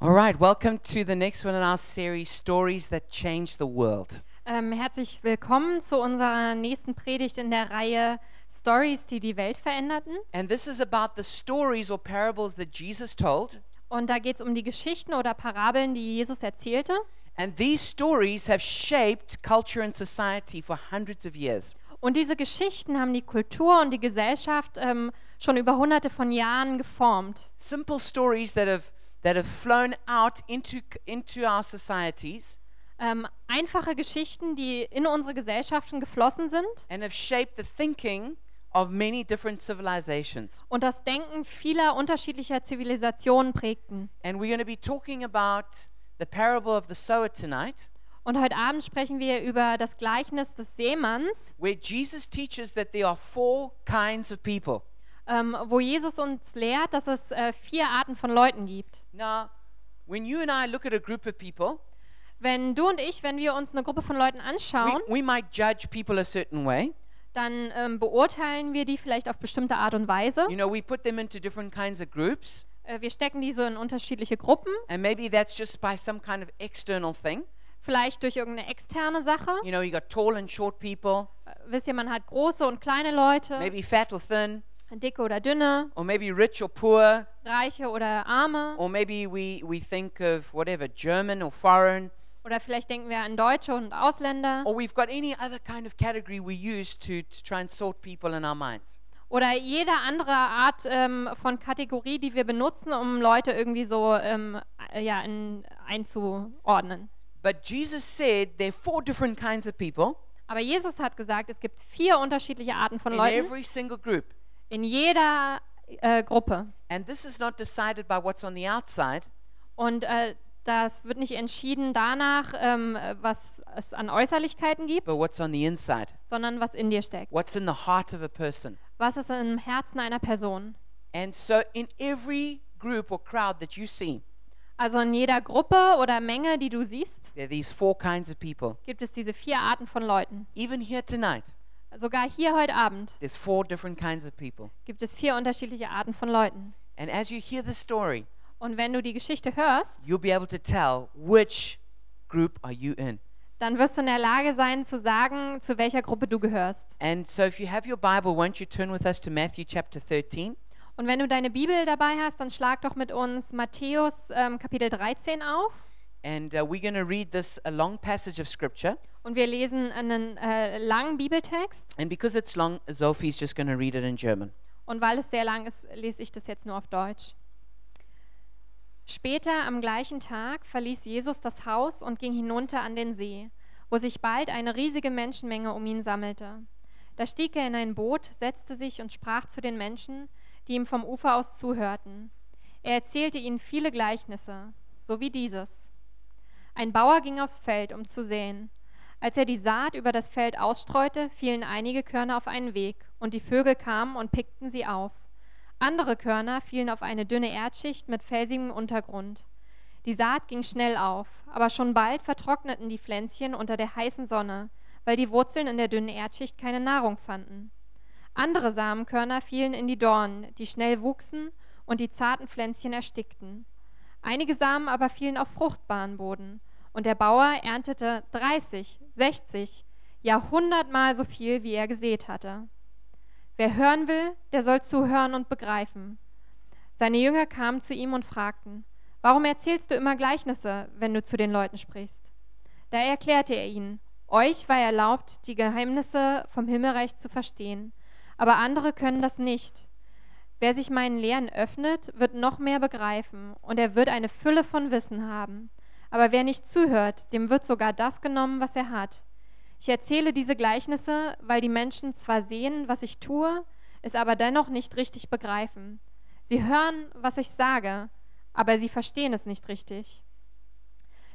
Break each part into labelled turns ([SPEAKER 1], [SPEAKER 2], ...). [SPEAKER 1] All right, welcome to the next one in our series, Stories That Change the World.
[SPEAKER 2] Ähm, herzlich willkommen zu unserer nächsten Predigt in der Reihe Stories, die die Welt veränderten.
[SPEAKER 1] And this is about the stories or parables that Jesus told.
[SPEAKER 2] Und da geht es um die Geschichten oder Parabeln, die Jesus erzählte.
[SPEAKER 1] And these stories have shaped culture and society for hundreds of years.
[SPEAKER 2] Und diese Geschichten haben die Kultur und die Gesellschaft ähm, schon über hunderte von Jahren geformt.
[SPEAKER 1] Simple stories that have, that have flown out into, into our societies
[SPEAKER 2] Ähm, einfache Geschichten, die in unsere Gesellschaften geflossen sind
[SPEAKER 1] and have shaped the thinking of many different civilizations.
[SPEAKER 2] und das Denken vieler unterschiedlicher Zivilisationen prägten.
[SPEAKER 1] And we're going to be talking about the parable of the sower tonight,
[SPEAKER 2] Und heute Abend sprechen wir über das Gleichnis des Seemanns,
[SPEAKER 1] where Jesus teaches that there are four kinds of people.
[SPEAKER 2] ähm, wo Jesus uns lehrt, dass es äh, vier Arten von Leuten gibt.
[SPEAKER 1] Now, when you and I look at a group of people,
[SPEAKER 2] Wenn du und ich, wenn wir uns eine Gruppe von Leuten
[SPEAKER 1] we,
[SPEAKER 2] anschauen,
[SPEAKER 1] we might judge people a certain way.
[SPEAKER 2] dann ähm, beurteilen wir die vielleicht auf bestimmte Art und Weise.
[SPEAKER 1] You know, we put them into different kinds of groups,
[SPEAKER 2] Äh, wir stecken die so in unterschiedliche Gruppen,
[SPEAKER 1] and maybe that's just by some kind of external thing.
[SPEAKER 2] vielleicht durch irgendeine externe Sache.
[SPEAKER 1] You know, you got tall and short people,
[SPEAKER 2] Äh, wisst ihr, man hat große und kleine Leute,
[SPEAKER 1] maybe fat or thin,
[SPEAKER 2] dicke oder dünne,
[SPEAKER 1] or maybe rich or poor,
[SPEAKER 2] reiche oder arme.
[SPEAKER 1] or maybe we, we think of whatever, German or foreign,
[SPEAKER 2] Oder vielleicht denken wir an Deutsche und Ausländer.
[SPEAKER 1] or we've got any other kind of category we use to, to try and sort people in our minds.
[SPEAKER 2] Oder jede andere Art ähm, von Kategorie, die wir benutzen, um Leute irgendwie so ähm, äh, ja, in, einzuordnen.
[SPEAKER 1] But Jesus said there are four different kinds of people
[SPEAKER 2] Aber Jesus hat gesagt, es gibt vier unterschiedliche Arten von
[SPEAKER 1] in
[SPEAKER 2] Leuten.
[SPEAKER 1] every single group.
[SPEAKER 2] in jeder äh, Gruppe.
[SPEAKER 1] And this is not decided by what's on the outside,
[SPEAKER 2] Und äh, das wird nicht entschieden danach, ähm, äh, was es an Äußerlichkeiten gibt,
[SPEAKER 1] but what's on the inside,
[SPEAKER 2] sondern was in dir steckt.
[SPEAKER 1] what's in the heart of a person.
[SPEAKER 2] Was ist im Herzen einer Person?
[SPEAKER 1] And so, in every group or crowd that you see,
[SPEAKER 2] Also in jeder Gruppe oder Menge, die du siehst,
[SPEAKER 1] there are these four kinds of people.
[SPEAKER 2] gibt es diese vier Arten von Leuten.
[SPEAKER 1] Even here tonight,
[SPEAKER 2] Sogar hier heute Abend
[SPEAKER 1] there's four different kinds of people.
[SPEAKER 2] gibt es vier unterschiedliche Arten von Leuten.
[SPEAKER 1] And as you hear the story,
[SPEAKER 2] Und wenn du die Geschichte hörst,
[SPEAKER 1] you'll be able to tell which group are you in.
[SPEAKER 2] dann wirst du in der Lage sein zu sagen, zu welcher Gruppe du gehörst.
[SPEAKER 1] And so, if you have your Bible, won't you turn with us to Matthew chapter 13?
[SPEAKER 2] Und wenn du deine Bibel dabei hast, dann schlag doch mit uns Matthäus ähm, Kapitel 13 auf.
[SPEAKER 1] And uh, we're going to read this a long passage of scripture.
[SPEAKER 2] Und wir lesen einen äh, langen Bibeltext.
[SPEAKER 1] And because it's long, Sophie's just going to read it in German.
[SPEAKER 2] Und weil es sehr lang ist, lese ich das jetzt nur auf Deutsch. Später am gleichen Tag verließ Jesus das Haus und ging hinunter an den See, wo sich bald eine riesige Menschenmenge um ihn sammelte. Da stieg er in ein Boot, setzte sich und sprach zu den Menschen, die ihm vom Ufer aus zuhörten. Er erzählte ihnen viele Gleichnisse, so wie dieses. Ein Bauer ging aufs Feld, um zu säen. Als er die Saat über das Feld ausstreute, fielen einige Körner auf einen Weg, und die Vögel kamen und pickten sie auf. Andere Körner fielen auf eine dünne Erdschicht mit felsigem Untergrund. Die Saat ging schnell auf, aber schon bald vertrockneten die Pflänzchen unter der heißen Sonne, weil die Wurzeln in der dünnen Erdschicht keine Nahrung fanden. Andere Samenkörner fielen in die Dornen, die schnell wuchsen und die zarten Pflänzchen erstickten. Einige Samen aber fielen auf fruchtbaren Boden, und der Bauer erntete 30, 60, ja hundertmal so viel, wie er gesät hatte. Wer hören will, der soll zuhören und begreifen. Seine Jünger kamen zu ihm und fragten, Warum erzählst du immer Gleichnisse, wenn du zu den Leuten sprichst? Da erklärte er ihnen, Euch war erlaubt, die Geheimnisse vom Himmelreich zu verstehen, aber andere können das nicht. Wer sich meinen Lehren öffnet, wird noch mehr begreifen und er wird eine Fülle von Wissen haben. Aber wer nicht zuhört, dem wird sogar das genommen, was er hat. Ich erzähle diese Gleichnisse, weil die Menschen zwar sehen, was ich tue, es aber dennoch nicht richtig begreifen. Sie hören, was ich sage, aber sie verstehen es nicht richtig.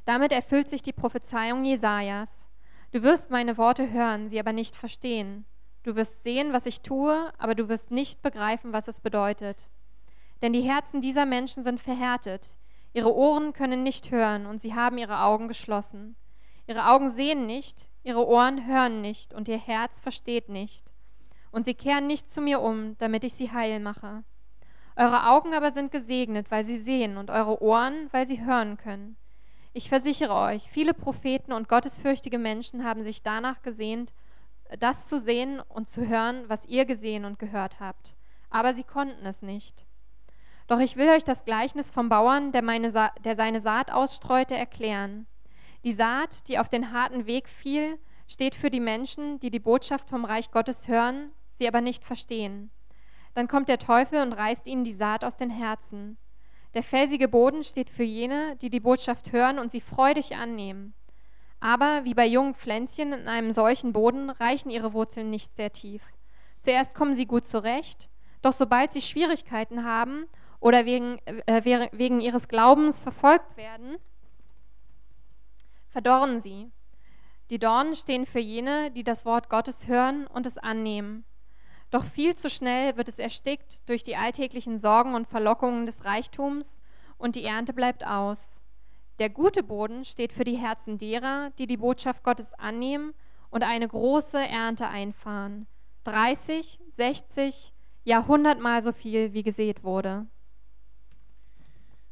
[SPEAKER 2] Damit erfüllt sich die Prophezeiung Jesajas. Du wirst meine Worte hören, sie aber nicht verstehen. Du wirst sehen, was ich tue, aber du wirst nicht begreifen, was es bedeutet. Denn die Herzen dieser Menschen sind verhärtet. Ihre Ohren können nicht hören und sie haben ihre Augen geschlossen. Ihre Augen sehen nicht, ihre Ohren hören nicht und ihr Herz versteht nicht. Und sie kehren nicht zu mir um, damit ich sie heil mache. Eure Augen aber sind gesegnet, weil sie sehen, und eure Ohren, weil sie hören können. Ich versichere euch, viele Propheten und gottesfürchtige Menschen haben sich danach gesehnt, das zu sehen und zu hören, was ihr gesehen und gehört habt. Aber sie konnten es nicht. Doch ich will euch das Gleichnis vom Bauern, der, meine Sa der seine Saat ausstreute, erklären. Die Saat, die auf den harten Weg fiel, steht für die Menschen, die die Botschaft vom Reich Gottes hören, sie aber nicht verstehen. Dann kommt der Teufel und reißt ihnen die Saat aus den Herzen. Der felsige Boden steht für jene, die die Botschaft hören und sie freudig annehmen. Aber wie bei jungen Pflänzchen in einem solchen Boden reichen ihre Wurzeln nicht sehr tief. Zuerst kommen sie gut zurecht, doch sobald sie Schwierigkeiten haben oder wegen, äh, wegen ihres Glaubens verfolgt werden, verdorren sie. Die Dornen stehen für jene, die das Wort Gottes hören und es annehmen. Doch viel zu schnell wird es erstickt durch die alltäglichen Sorgen und Verlockungen des Reichtums und die Ernte bleibt aus. Der gute Boden steht für die Herzen derer, die die Botschaft Gottes annehmen und eine große Ernte einfahren. 30, 60, ja hundertmal so viel, wie gesät wurde.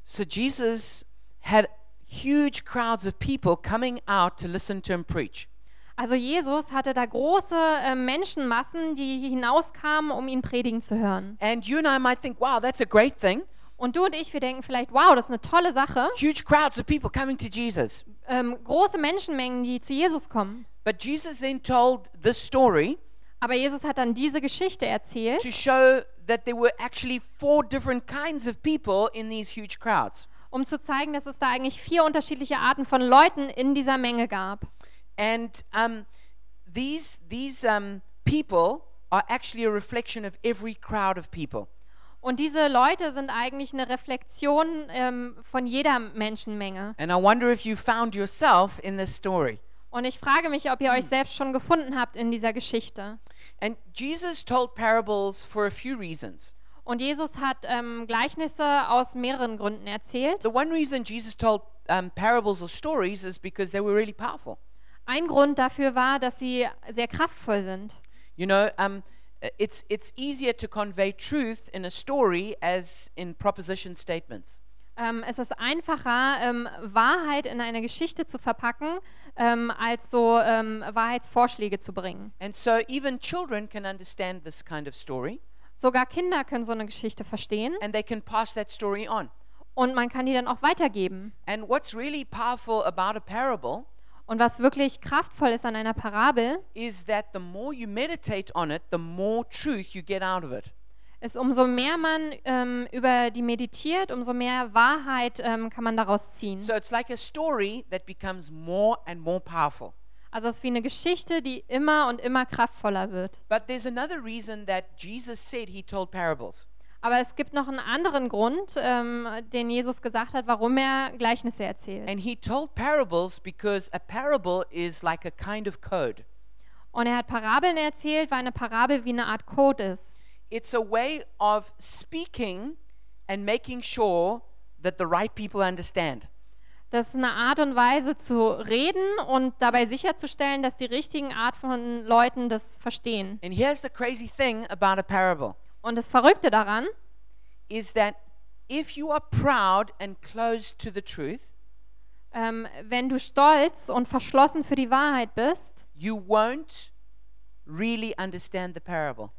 [SPEAKER 1] So Jesus had huge crowds of people coming out to listen to him preach.
[SPEAKER 2] Also Jesus hatte da große äh, Menschenmassen, die hinauskamen, um ihn predigen zu hören.
[SPEAKER 1] And you and I might think, wow, that's a great thing.
[SPEAKER 2] Und du und ich, wir denken vielleicht, wow, das ist eine tolle Sache.
[SPEAKER 1] Huge crowds of people coming to Jesus.
[SPEAKER 2] Ähm, große Menschenmengen, die zu Jesus kommen.
[SPEAKER 1] But Jesus then told this story
[SPEAKER 2] Aber Jesus hat dann diese Geschichte erzählt,
[SPEAKER 1] to show that there were actually four different kinds of people in these huge crowds.
[SPEAKER 2] um zu zeigen, dass es da eigentlich vier unterschiedliche Arten von Leuten in dieser Menge gab.
[SPEAKER 1] And um, these, these um, people are actually a reflection of every crowd of people.
[SPEAKER 2] Und diese Leute sind eigentlich eine Reflexion ähm, von jeder Menschenmenge.
[SPEAKER 1] And I wonder if you found yourself in this story.
[SPEAKER 2] Und ich frage mich, ob ihr euch selbst schon gefunden habt in dieser Geschichte.
[SPEAKER 1] And Jesus told parables for a few reasons.
[SPEAKER 2] Und Jesus hat ähm, Gleichnisse aus mehreren Gründen erzählt.
[SPEAKER 1] The one reason Jesus told um, parables or stories is because they were really powerful.
[SPEAKER 2] Ein Grund dafür war, dass sie sehr kraftvoll sind.
[SPEAKER 1] You know, um, it's, it's easier to convey truth in a story as in proposition statements.
[SPEAKER 2] Ähm, es ist einfacher, ähm, Wahrheit in eine Geschichte zu verpacken, ähm, als so ähm, Wahrheitsvorschläge zu bringen.
[SPEAKER 1] And so even children can understand this kind of story
[SPEAKER 2] Sogar Kinder können so eine Geschichte verstehen
[SPEAKER 1] and they can pass that story on.
[SPEAKER 2] und man kann die dann auch weitergeben.
[SPEAKER 1] And what's really powerful about a parable
[SPEAKER 2] Und was wirklich kraftvoll ist an einer Parabel,
[SPEAKER 1] is that the more you meditate on it, the more truth you get out of it.
[SPEAKER 2] ist, umso mehr man ähm, über die meditiert, umso mehr Wahrheit ähm, kann man daraus ziehen.
[SPEAKER 1] So it's like a story that becomes more and more powerful.
[SPEAKER 2] Also es ist wie eine Geschichte, die immer und immer kraftvoller wird.
[SPEAKER 1] But there's another reason that Jesus said he told parables.
[SPEAKER 2] Aber es gibt noch einen anderen Grund, ähm, den Jesus gesagt hat, warum er Gleichnisse erzählt.
[SPEAKER 1] And he told parables because a parable is like a kind of code.
[SPEAKER 2] Und er hat Parabeln erzählt, weil eine Parabel wie eine Art Code ist.
[SPEAKER 1] It's a way of speaking and making sure that the right people understand.
[SPEAKER 2] Das ist eine Art und Weise zu reden und dabei sicherzustellen, dass die richtigen Art von Leuten das verstehen.
[SPEAKER 1] And here's the crazy thing about a parable
[SPEAKER 2] Und das Verrückte daran,
[SPEAKER 1] is that if you are proud and closed to the truth,
[SPEAKER 2] ähm, wenn du stolz und verschlossen für die Wahrheit bist,
[SPEAKER 1] you won't really understand the parable.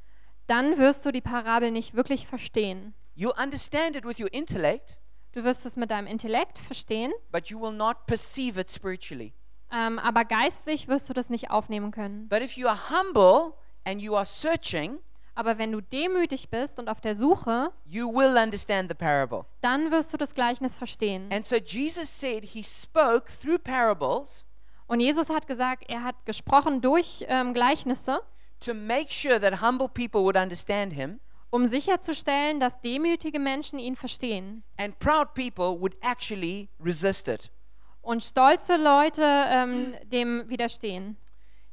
[SPEAKER 2] dann wirst du die Parabel nicht wirklich verstehen.
[SPEAKER 1] You'll understand it with your intellect,
[SPEAKER 2] Du wirst es mit deinem Intellekt verstehen,
[SPEAKER 1] but you will not perceive it spiritually.
[SPEAKER 2] ähm, aber geistlich wirst du das nicht aufnehmen können.
[SPEAKER 1] But if you are humble and you are searching,
[SPEAKER 2] Aber wenn du demütig bist und auf der Suche,
[SPEAKER 1] you will understand the parable.
[SPEAKER 2] dann wirst du das Gleichnis verstehen.
[SPEAKER 1] And so Jesus said he spoke through parables
[SPEAKER 2] Und Jesus hat gesagt, er hat gesprochen durch ähm, Gleichnisse,
[SPEAKER 1] to make sure that humble people would understand him
[SPEAKER 2] um sicherzustellen, dass demütige Menschen ihn verstehen.
[SPEAKER 1] and proud people would actually resist it.
[SPEAKER 2] Und stolze Leute ähm, dem widerstehen.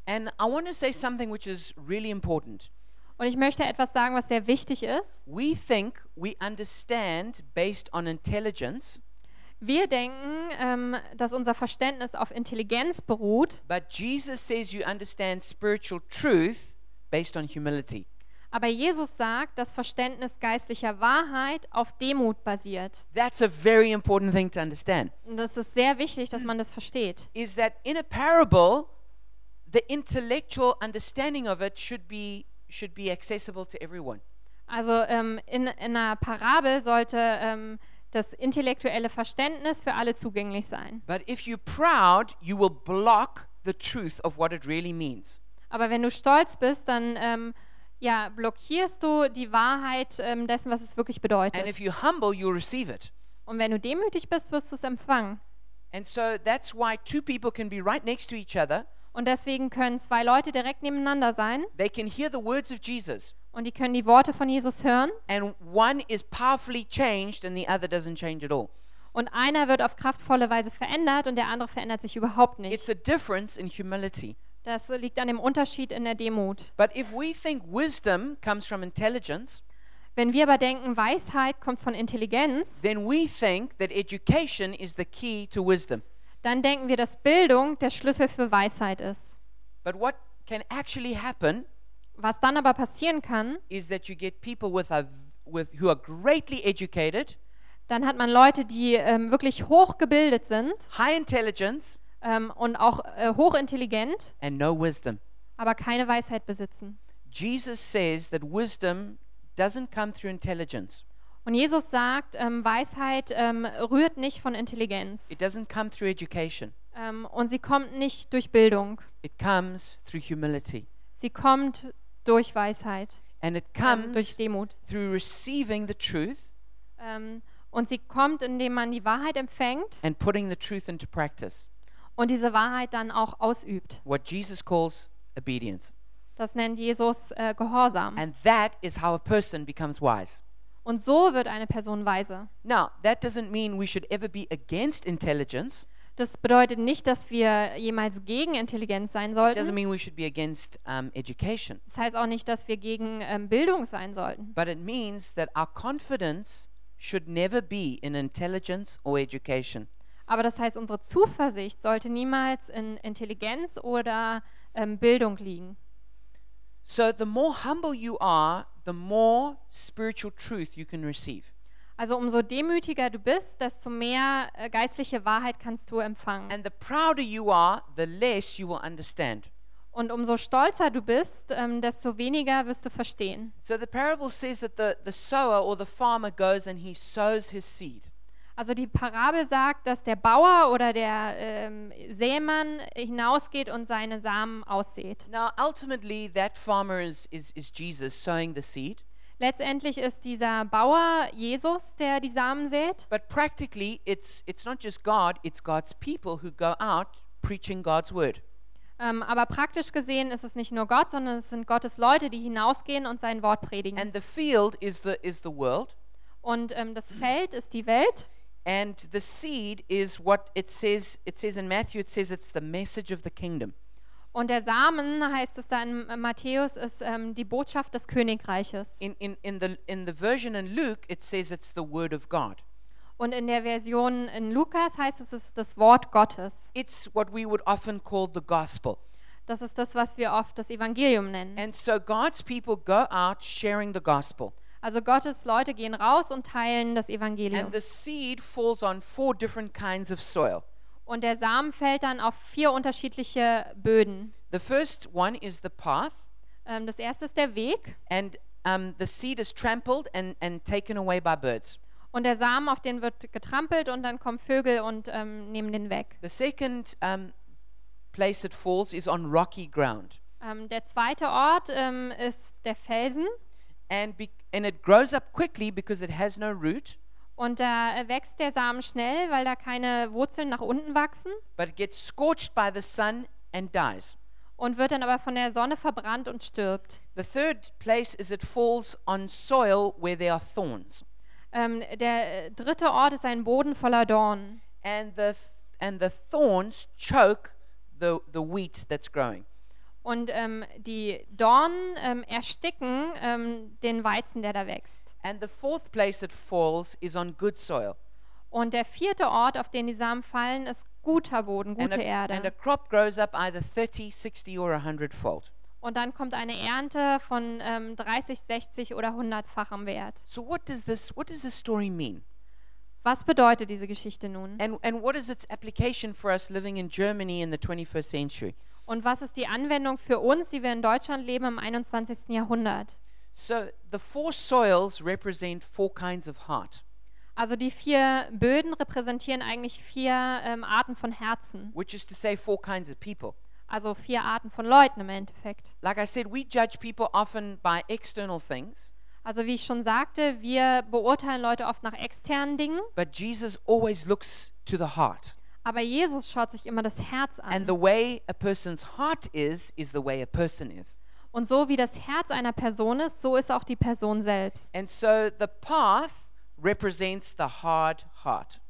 [SPEAKER 1] And I want to say something which is really important.
[SPEAKER 2] Und ich möchte etwas sagen, was sehr wichtig ist.
[SPEAKER 1] We think we understand based on intelligence,
[SPEAKER 2] Wir denken, ähm, dass unser Verständnis auf Intelligenz beruht,
[SPEAKER 1] but Jesus says you understand spiritual truth based on humility.
[SPEAKER 2] Aber Jesus sagt, dass Verständnis geistlicher Wahrheit auf Demut basiert.
[SPEAKER 1] That's a very important thing to understand.
[SPEAKER 2] Und es ist sehr wichtig, dass man das versteht.
[SPEAKER 1] Is that in a parable, the intellectual understanding of it should be should be accessible to everyone.
[SPEAKER 2] Also ähm, in, in einer Parabel sollte ähm, das intellektuelle Verständnis für alle zugänglich sein.
[SPEAKER 1] But if you're proud, you will block the truth of what it really means.
[SPEAKER 2] Aber wenn du stolz bist, dann ähm, ja, blockierst du die Wahrheit ähm, dessen, was es wirklich
[SPEAKER 1] And
[SPEAKER 2] bedeutet.
[SPEAKER 1] if you're humble, you'll receive it.
[SPEAKER 2] Und wenn du demütig bist, wirst du es empfangen.
[SPEAKER 1] And so that's why two people can be right next to each other.
[SPEAKER 2] Und deswegen können zwei Leute direkt nebeneinander sein
[SPEAKER 1] They can hear the words of Jesus,
[SPEAKER 2] und die können die Worte von Jesus hören
[SPEAKER 1] and one is powerfully changed and the other doesn't change at all.
[SPEAKER 2] und einer wird auf kraftvolle Weise verändert und der andere verändert sich überhaupt
[SPEAKER 1] It's
[SPEAKER 2] nicht.
[SPEAKER 1] a difference in humility.
[SPEAKER 2] Das liegt an dem Unterschied in der Demut.
[SPEAKER 1] But if we think wisdom comes from intelligence,
[SPEAKER 2] Wenn wir aber denken, Weisheit kommt von Intelligenz,
[SPEAKER 1] then we think that education is the key to wisdom.
[SPEAKER 2] dann denken wir, dass Bildung der Schlüssel für Weisheit ist.
[SPEAKER 1] But what can actually happen
[SPEAKER 2] Was dann aber passieren kann,
[SPEAKER 1] is that you get people with a, with who are greatly educated,
[SPEAKER 2] dann hat man Leute, die ähm, wirklich hochgebildet sind
[SPEAKER 1] high intelligence,
[SPEAKER 2] ähm, und auch äh, hochintelligent,
[SPEAKER 1] and no wisdom.
[SPEAKER 2] aber keine Weisheit besitzen.
[SPEAKER 1] Jesus says that wisdom doesn't come through intelligence.
[SPEAKER 2] Und Jesus sagt, ähm, Weisheit ähm, rührt nicht von Intelligenz
[SPEAKER 1] It doesn't come through education.
[SPEAKER 2] ähm, und sie kommt nicht durch Bildung,
[SPEAKER 1] It comes through humility.
[SPEAKER 2] sie kommt durch Weisheit,
[SPEAKER 1] And it
[SPEAKER 2] ähm,
[SPEAKER 1] comes
[SPEAKER 2] durch Demut.
[SPEAKER 1] through receiving the truth
[SPEAKER 2] Ähm, und sie kommt, indem man die Wahrheit empfängt
[SPEAKER 1] and putting the truth into practice.
[SPEAKER 2] und diese Wahrheit dann auch ausübt.
[SPEAKER 1] What Jesus calls obedience.
[SPEAKER 2] Das nennt Jesus äh, Gehorsam.
[SPEAKER 1] And that is how a person becomes wise.
[SPEAKER 2] Und so wird eine Person weise.
[SPEAKER 1] Now, that doesn't mean we should ever be against intelligence.
[SPEAKER 2] Das bedeutet nicht, dass wir jemals gegen Intelligenz sein
[SPEAKER 1] It doesn't
[SPEAKER 2] sollten.
[SPEAKER 1] mean we should be against um, education.
[SPEAKER 2] Das heißt auch nicht, dass wir gegen ähm, Bildung sein sollten.
[SPEAKER 1] But it means that our confidence should never be in intelligence or education.
[SPEAKER 2] Aber das heißt, unsere Zuversicht sollte niemals in Intelligenz oder ähm, Bildung liegen.
[SPEAKER 1] So the more humble you are, the more spiritual truth you can receive.
[SPEAKER 2] Also umso demütiger du bist, desto mehr äh, geistliche Wahrheit kannst du empfangen.
[SPEAKER 1] And the prouder you are, the less you will understand.
[SPEAKER 2] Und umso stolzer du bist, ähm, desto weniger wirst du verstehen.
[SPEAKER 1] So the parable says that the, the sower or the farmer goes and he sows his seed.
[SPEAKER 2] Also die Parabel sagt, dass der Bauer oder der ähm, Sämann hinausgeht und seine Samen aussät.
[SPEAKER 1] Now, ultimately, that farmer is, is, is Jesus sowing the seed.
[SPEAKER 2] Letztendlich ist dieser Bauer Jesus, der die Samen sät.
[SPEAKER 1] But practically, it's, it's not just God, it's God's people who go out preaching God's word.
[SPEAKER 2] Ähm, aber praktisch gesehen ist es nicht nur Gott, sondern es sind Gottes Leute, die hinausgehen und sein Wort predigen.
[SPEAKER 1] And the field is the, is the world,
[SPEAKER 2] Und ähm, das Feld ist die Welt
[SPEAKER 1] and the seed is what it says. It says in Matthew, it says it's the message of the kingdom.
[SPEAKER 2] und der Samen, heißt es da in äh, Matthäus, ist ähm, die Botschaft des Königreiches.
[SPEAKER 1] In, in, in, the, in the version in Luke, it says it's the word of God.
[SPEAKER 2] Und in der Version in Lukas heißt es, es ist das Wort Gottes.
[SPEAKER 1] It's what we would often call the gospel.
[SPEAKER 2] Das ist das, was wir oft das Evangelium nennen.
[SPEAKER 1] And so God's people go out sharing the gospel.
[SPEAKER 2] Also Gottes Leute gehen raus und teilen das Evangelium.
[SPEAKER 1] And the seed falls on four different kinds of soil.
[SPEAKER 2] Und der Samen fällt dann auf vier unterschiedliche Böden.
[SPEAKER 1] The first one is the path,
[SPEAKER 2] Ähm, das erste ist der Weg
[SPEAKER 1] and um, the seed is trampled and, and taken away by birds.
[SPEAKER 2] und der Samen, auf den wird getrampelt und dann kommen Vögel und ähm, nehmen den weg.
[SPEAKER 1] The second um, place it falls is on rocky ground,
[SPEAKER 2] Ähm, der zweite Ort ähm, ist der Felsen
[SPEAKER 1] and, be- and it grows up quickly because it has no root,
[SPEAKER 2] und da äh, wächst der Samen schnell, weil da keine Wurzeln nach unten wachsen
[SPEAKER 1] but it gets scorched by the sun and dies.
[SPEAKER 2] und wird dann aber von der Sonne verbrannt und stirbt.
[SPEAKER 1] The third place is it falls on soil where there are thorns.
[SPEAKER 2] Ähm, der äh, dritte Ort ist ein Boden voller Dornen.
[SPEAKER 1] and the th- and the thorns choke the the wheat that's growing.
[SPEAKER 2] Und ähm, die Dornen ähm, ersticken ähm, den Weizen, der da wächst.
[SPEAKER 1] And the fourth place it falls is on good soil.
[SPEAKER 2] Und der vierte Ort, auf den die Samen fallen, ist guter Boden,
[SPEAKER 1] And
[SPEAKER 2] gute
[SPEAKER 1] a, and a
[SPEAKER 2] Erde.
[SPEAKER 1] crop grows up either 30, 60 or 100 fold.
[SPEAKER 2] und dann kommt eine Ernte von ähm, 30, 60 oder 100-fachem Wert.
[SPEAKER 1] So what does this what does this story mean?
[SPEAKER 2] Was bedeutet diese Geschichte nun?
[SPEAKER 1] And and what is its application for us living in Germany in the 21st century?
[SPEAKER 2] Und was ist die Anwendung für uns, die wir in Deutschland leben im 21. Jahrhundert?
[SPEAKER 1] So the four soils represent four kinds of heart,
[SPEAKER 2] Also die vier Böden repräsentieren eigentlich vier ähm, Arten von Herzen,
[SPEAKER 1] which is to say four kinds of people.
[SPEAKER 2] also vier Arten von Leuten im Endeffekt.
[SPEAKER 1] Like I said, we judge people often by external things,
[SPEAKER 2] Also wie ich schon sagte, wir beurteilen Leute oft nach externen Dingen,
[SPEAKER 1] but Jesus always looks to the heart.
[SPEAKER 2] aber Jesus schaut sich immer das Herz
[SPEAKER 1] And
[SPEAKER 2] an.
[SPEAKER 1] the way a person's heart is is the way a person is.
[SPEAKER 2] Und so wie das Herz einer Person ist, so ist auch die Person selbst.
[SPEAKER 1] And so the path represents the hard heart.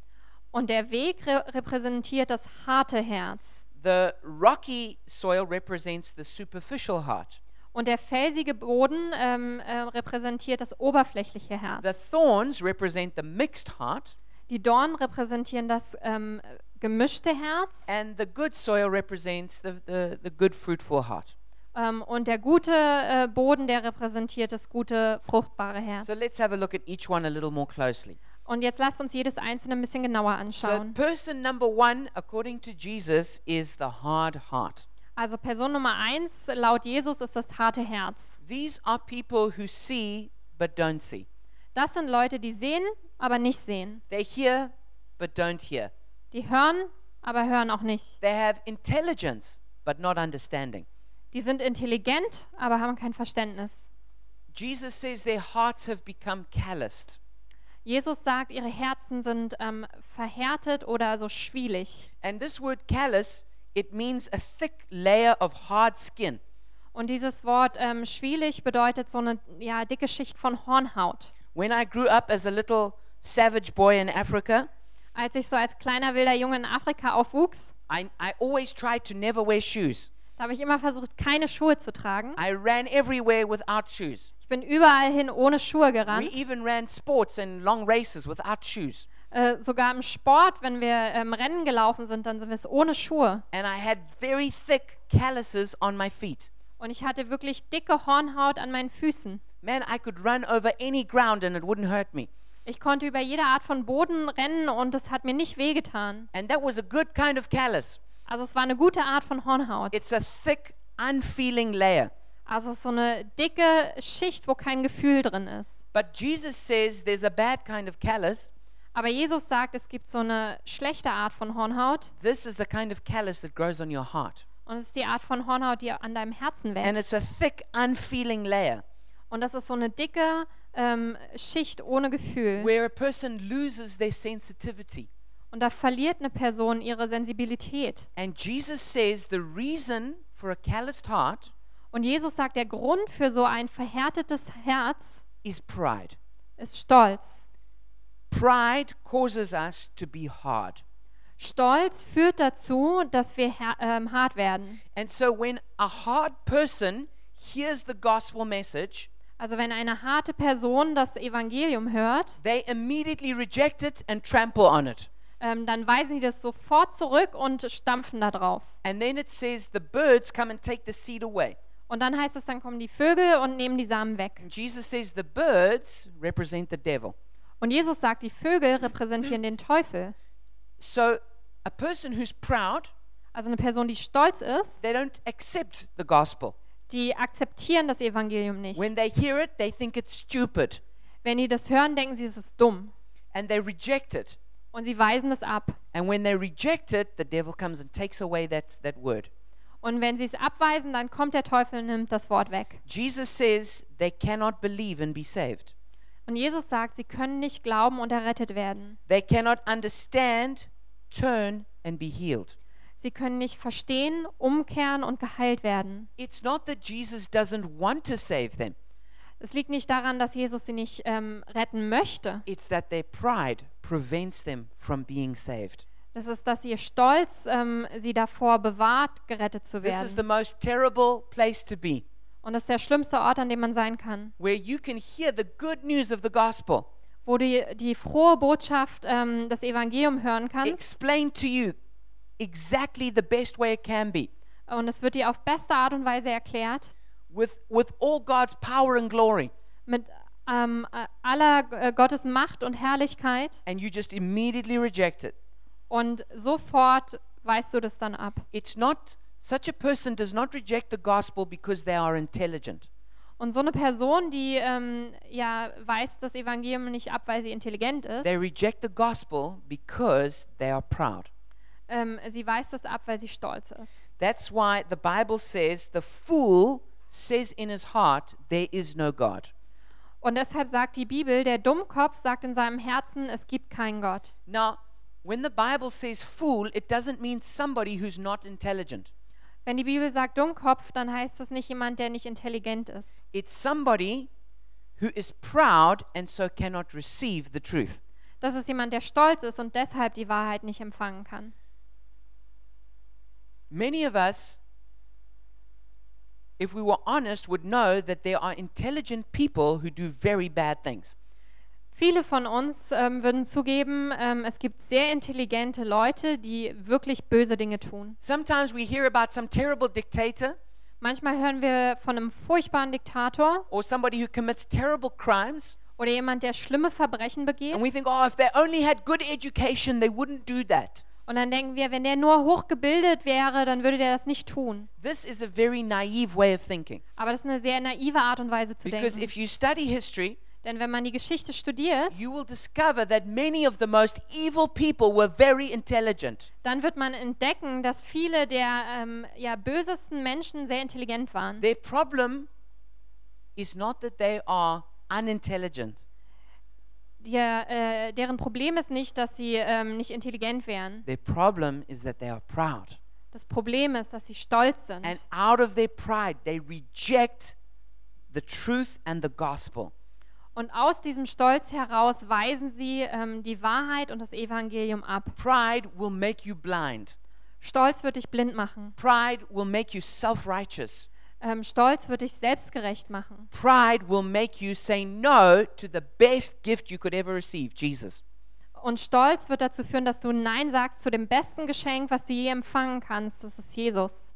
[SPEAKER 2] Und der Weg re repräsentiert das harte Herz.
[SPEAKER 1] The rocky soil represents the superficial heart.
[SPEAKER 2] Und der felsige Boden ähm, äh, repräsentiert das oberflächliche
[SPEAKER 1] The
[SPEAKER 2] Herz.
[SPEAKER 1] thorns represent the mixed heart,
[SPEAKER 2] Die Dornen repräsentieren das ähm, gemischte Herz.
[SPEAKER 1] and the good soil represents the, the, the good, fruitful heart.
[SPEAKER 2] Ähm, und der gute äh, Boden, der repräsentiert das gute, fruchtbare Herz.
[SPEAKER 1] So let's have a look at each one a little more closely.
[SPEAKER 2] Und jetzt lasst uns jedes einzelne ein bisschen genauer
[SPEAKER 1] So,
[SPEAKER 2] anschauen.
[SPEAKER 1] person number one, according to Jesus, is the hard heart.
[SPEAKER 2] Also Person Nummer eins laut Jesus ist das harte Herz.
[SPEAKER 1] These are people who see but don't see,
[SPEAKER 2] Das sind Leute, die sehen, aber nicht sehen.
[SPEAKER 1] they hear but don't hear,
[SPEAKER 2] Die hören, aber hören auch nicht.
[SPEAKER 1] they have intelligence but not understanding.
[SPEAKER 2] Die sind intelligent, aber haben kein Verständnis.
[SPEAKER 1] Jesus says their hearts have become calloused.
[SPEAKER 2] Jesus sagt, ihre Herzen sind ähm, verhärtet oder so schwielig.
[SPEAKER 1] And this word callous, it means a thick layer of hard skin.
[SPEAKER 2] Und dieses Wort ähm, schwielig bedeutet so eine ja, dicke Schicht von Hornhaut.
[SPEAKER 1] When I grew up as a little savage boy in Africa,
[SPEAKER 2] Als ich so als kleiner wilder Junge in Afrika aufwuchs,
[SPEAKER 1] I, I always tried to never wear shoes.
[SPEAKER 2] da habe ich immer versucht, keine Schuhe zu tragen.
[SPEAKER 1] I ran everywhere without shoes.
[SPEAKER 2] Ich bin überall hin ohne Schuhe
[SPEAKER 1] We
[SPEAKER 2] gerannt.
[SPEAKER 1] even ran sports and long races without shoes.
[SPEAKER 2] äh, sogar im Sport, wenn wir ähm, Rennen gelaufen sind, dann sind wir es ohne Schuhe.
[SPEAKER 1] And I had very thick calluses on my feet.
[SPEAKER 2] Und ich hatte wirklich dicke Hornhaut an meinen Füßen.
[SPEAKER 1] Man, I could run over any ground and it wouldn't hurt me.
[SPEAKER 2] Ich konnte über jede Art von Boden rennen und es hat mir nicht wehgetan.
[SPEAKER 1] And that was a good kind of callus.
[SPEAKER 2] Also es war eine gute Art von Hornhaut.
[SPEAKER 1] It's a thick, unfeeling layer.
[SPEAKER 2] Also es ist so eine dicke Schicht, wo kein Gefühl drin ist.
[SPEAKER 1] But Jesus says there's a bad kind of callus.
[SPEAKER 2] Aber Jesus sagt, es gibt so eine schlechte Art von Hornhaut
[SPEAKER 1] This is the kind of callus that grows on your heart.
[SPEAKER 2] und es ist die Art von Hornhaut, die an deinem Herzen
[SPEAKER 1] And
[SPEAKER 2] wächst.
[SPEAKER 1] it's a thick, unfeeling layer
[SPEAKER 2] Und das ist so eine dicke ähm, Schicht ohne Gefühl.
[SPEAKER 1] where a person loses their sensitivity.
[SPEAKER 2] Und da verliert eine Person ihre Sensibilität.
[SPEAKER 1] And Jesus says the reason for a calloused heart
[SPEAKER 2] Und Jesus sagt, der Grund für so ein verhärtetes Herz
[SPEAKER 1] is pride.
[SPEAKER 2] ist Stolz.
[SPEAKER 1] Pride causes us to be hard.
[SPEAKER 2] Stolz führt dazu, dass wir her- ähm, hart werden.
[SPEAKER 1] And so when a hard person hears the gospel message,
[SPEAKER 2] Also wenn eine harte Person das Evangelium hört,
[SPEAKER 1] they immediately reject it and trample on it.
[SPEAKER 2] ähm, dann weisen die das sofort zurück und stampfen da drauf.
[SPEAKER 1] And then it says the birds come and take the seed away.
[SPEAKER 2] Und dann heißt es, dann kommen die Vögel und nehmen die Samen weg.
[SPEAKER 1] And Jesus says the birds represent the devil.
[SPEAKER 2] Und Jesus sagt, die Vögel repräsentieren den Teufel.
[SPEAKER 1] So a person who's proud,
[SPEAKER 2] Also eine Person, die stolz ist,
[SPEAKER 1] they don't accept the gospel.
[SPEAKER 2] die akzeptieren das Evangelium nicht.
[SPEAKER 1] When they hear it, they think it's stupid
[SPEAKER 2] Wenn die das hören, denken sie, es ist dumm.
[SPEAKER 1] and they reject it.
[SPEAKER 2] Und sie weisen es ab.
[SPEAKER 1] And when they reject it, the devil comes and takes away that, that word.
[SPEAKER 2] Und wenn sie es abweisen, dann kommt der Teufel und nimmt das Wort weg.
[SPEAKER 1] Jesus says they cannot believe and be saved.
[SPEAKER 2] Und Jesus sagt, sie können nicht glauben und errettet werden.
[SPEAKER 1] They cannot understand, turn, and be healed.
[SPEAKER 2] Sie können nicht verstehen, umkehren und geheilt werden.
[SPEAKER 1] It's not that Jesus doesn't want to save them,
[SPEAKER 2] Es liegt nicht daran, dass Jesus sie nicht ähm, retten möchte.
[SPEAKER 1] it's that their pride prevents them from being saved.
[SPEAKER 2] Das ist, dass ihr Stolz ähm, sie davor bewahrt, gerettet zu
[SPEAKER 1] This is the
[SPEAKER 2] werden.
[SPEAKER 1] most terrible place to be,
[SPEAKER 2] Und das ist der schlimmste Ort, an dem man sein kann,
[SPEAKER 1] where you can hear the good news of the gospel
[SPEAKER 2] wo du die frohe Botschaft, ähm, das Evangelium hören kannst.
[SPEAKER 1] explained to you exactly the best way it can be.
[SPEAKER 2] Und es wird dir auf beste Art und Weise erklärt.
[SPEAKER 1] with, with all God's power and glory,
[SPEAKER 2] mit ähm, äh, aller äh, Gottes Macht und Herrlichkeit
[SPEAKER 1] and you just immediately reject it.
[SPEAKER 2] und sofort weißt du das dann ab.
[SPEAKER 1] It's not, such a person does not reject the gospel because they are intelligent.
[SPEAKER 2] Und so eine Person, die ähm, ja weiß das Evangelium nicht ab, weil sie intelligent ist,
[SPEAKER 1] They reject the gospel because they are proud.
[SPEAKER 2] ähm, sie weiß das ab, weil sie stolz ist.
[SPEAKER 1] That's why the Bible says the fool says in his heart, There is no God.
[SPEAKER 2] Und deshalb sagt die Bibel, der Dummkopf sagt in seinem Herzen, es gibt keinen Gott.
[SPEAKER 1] Now, when the Bible says fool, it doesn't mean somebody who's not intelligent.
[SPEAKER 2] Wenn die Bibel sagt Dummkopf, dann heißt das nicht jemand, der nicht intelligent ist.
[SPEAKER 1] It's somebody who is proud and so cannot receive the truth.
[SPEAKER 2] Das ist jemand, der stolz ist und deshalb die Wahrheit nicht empfangen kann.
[SPEAKER 1] Many of us, if we were honest, would know that there are intelligent people who do very bad things.
[SPEAKER 2] Viele von uns ähm, würden zugeben, ähm, es gibt sehr intelligente Leute, die wirklich böse Dinge tun.
[SPEAKER 1] Sometimes we hear about some terrible dictator
[SPEAKER 2] Manchmal hören wir von einem furchtbaren Diktator
[SPEAKER 1] or somebody who commits terrible crimes,
[SPEAKER 2] oder jemand, der schlimme Verbrechen begeht.
[SPEAKER 1] and we think, oh, if they only had good education, they wouldn't do that.
[SPEAKER 2] Und dann denken wir, wenn der nur hochgebildet wäre, dann würde der das nicht tun.
[SPEAKER 1] This is a very naive way of thinking.
[SPEAKER 2] Aber das ist eine sehr naive Art und Weise zu
[SPEAKER 1] Because
[SPEAKER 2] denken.
[SPEAKER 1] if you study history,
[SPEAKER 2] Denn wenn man die Geschichte studiert,
[SPEAKER 1] you will discover that many of the most evil people were very intelligent.
[SPEAKER 2] dann wird man entdecken, dass viele der ähm, ja, bösesten Menschen sehr intelligent waren.
[SPEAKER 1] Their problem is not that they are unintelligent.
[SPEAKER 2] Die, äh, deren Problem ist nicht, dass sie ähm, nicht intelligent wären.
[SPEAKER 1] Their problem is that they are proud.
[SPEAKER 2] Das Problem ist, dass sie stolz sind.
[SPEAKER 1] And out of their pride, they reject the truth and the gospel.
[SPEAKER 2] Und aus diesem Stolz heraus weisen sie ähm, die Wahrheit und das Evangelium ab.
[SPEAKER 1] Pride will make you blind.
[SPEAKER 2] Stolz wird dich blind machen.
[SPEAKER 1] Pride will make you self righteous.
[SPEAKER 2] Ähm, Stolz wird dich selbstgerecht machen.
[SPEAKER 1] Pride will make you say no to the best gift you could ever receive Jesus.
[SPEAKER 2] Und Stolz wird dazu führen, dass du Nein sagst zu dem besten Geschenk, was du je empfangen kannst. Das ist Jesus.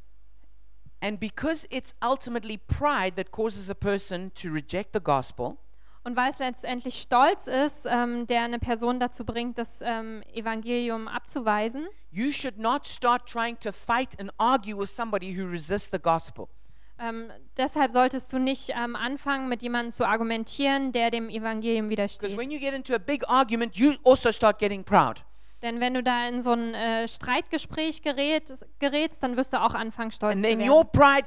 [SPEAKER 1] And because it's ultimately pride that causes a person to reject the gospel,
[SPEAKER 2] Und weil es letztendlich Stolz ist, ähm, der eine Person dazu bringt, das ähm, Evangelium abzuweisen,
[SPEAKER 1] you should not start trying to fight and argue with somebody who resists the gospel.
[SPEAKER 2] ähm, deshalb solltest du nicht ähm, anfangen, mit jemandem zu argumentieren, der dem Evangelium
[SPEAKER 1] Because
[SPEAKER 2] widersteht.
[SPEAKER 1] when you get into a big argument, you also start getting proud.
[SPEAKER 2] Denn wenn du da in so ein äh, Streitgespräch gerät, gerätst, dann wirst du auch anfangen, stolz
[SPEAKER 1] And
[SPEAKER 2] zu
[SPEAKER 1] then your pride
[SPEAKER 2] werden.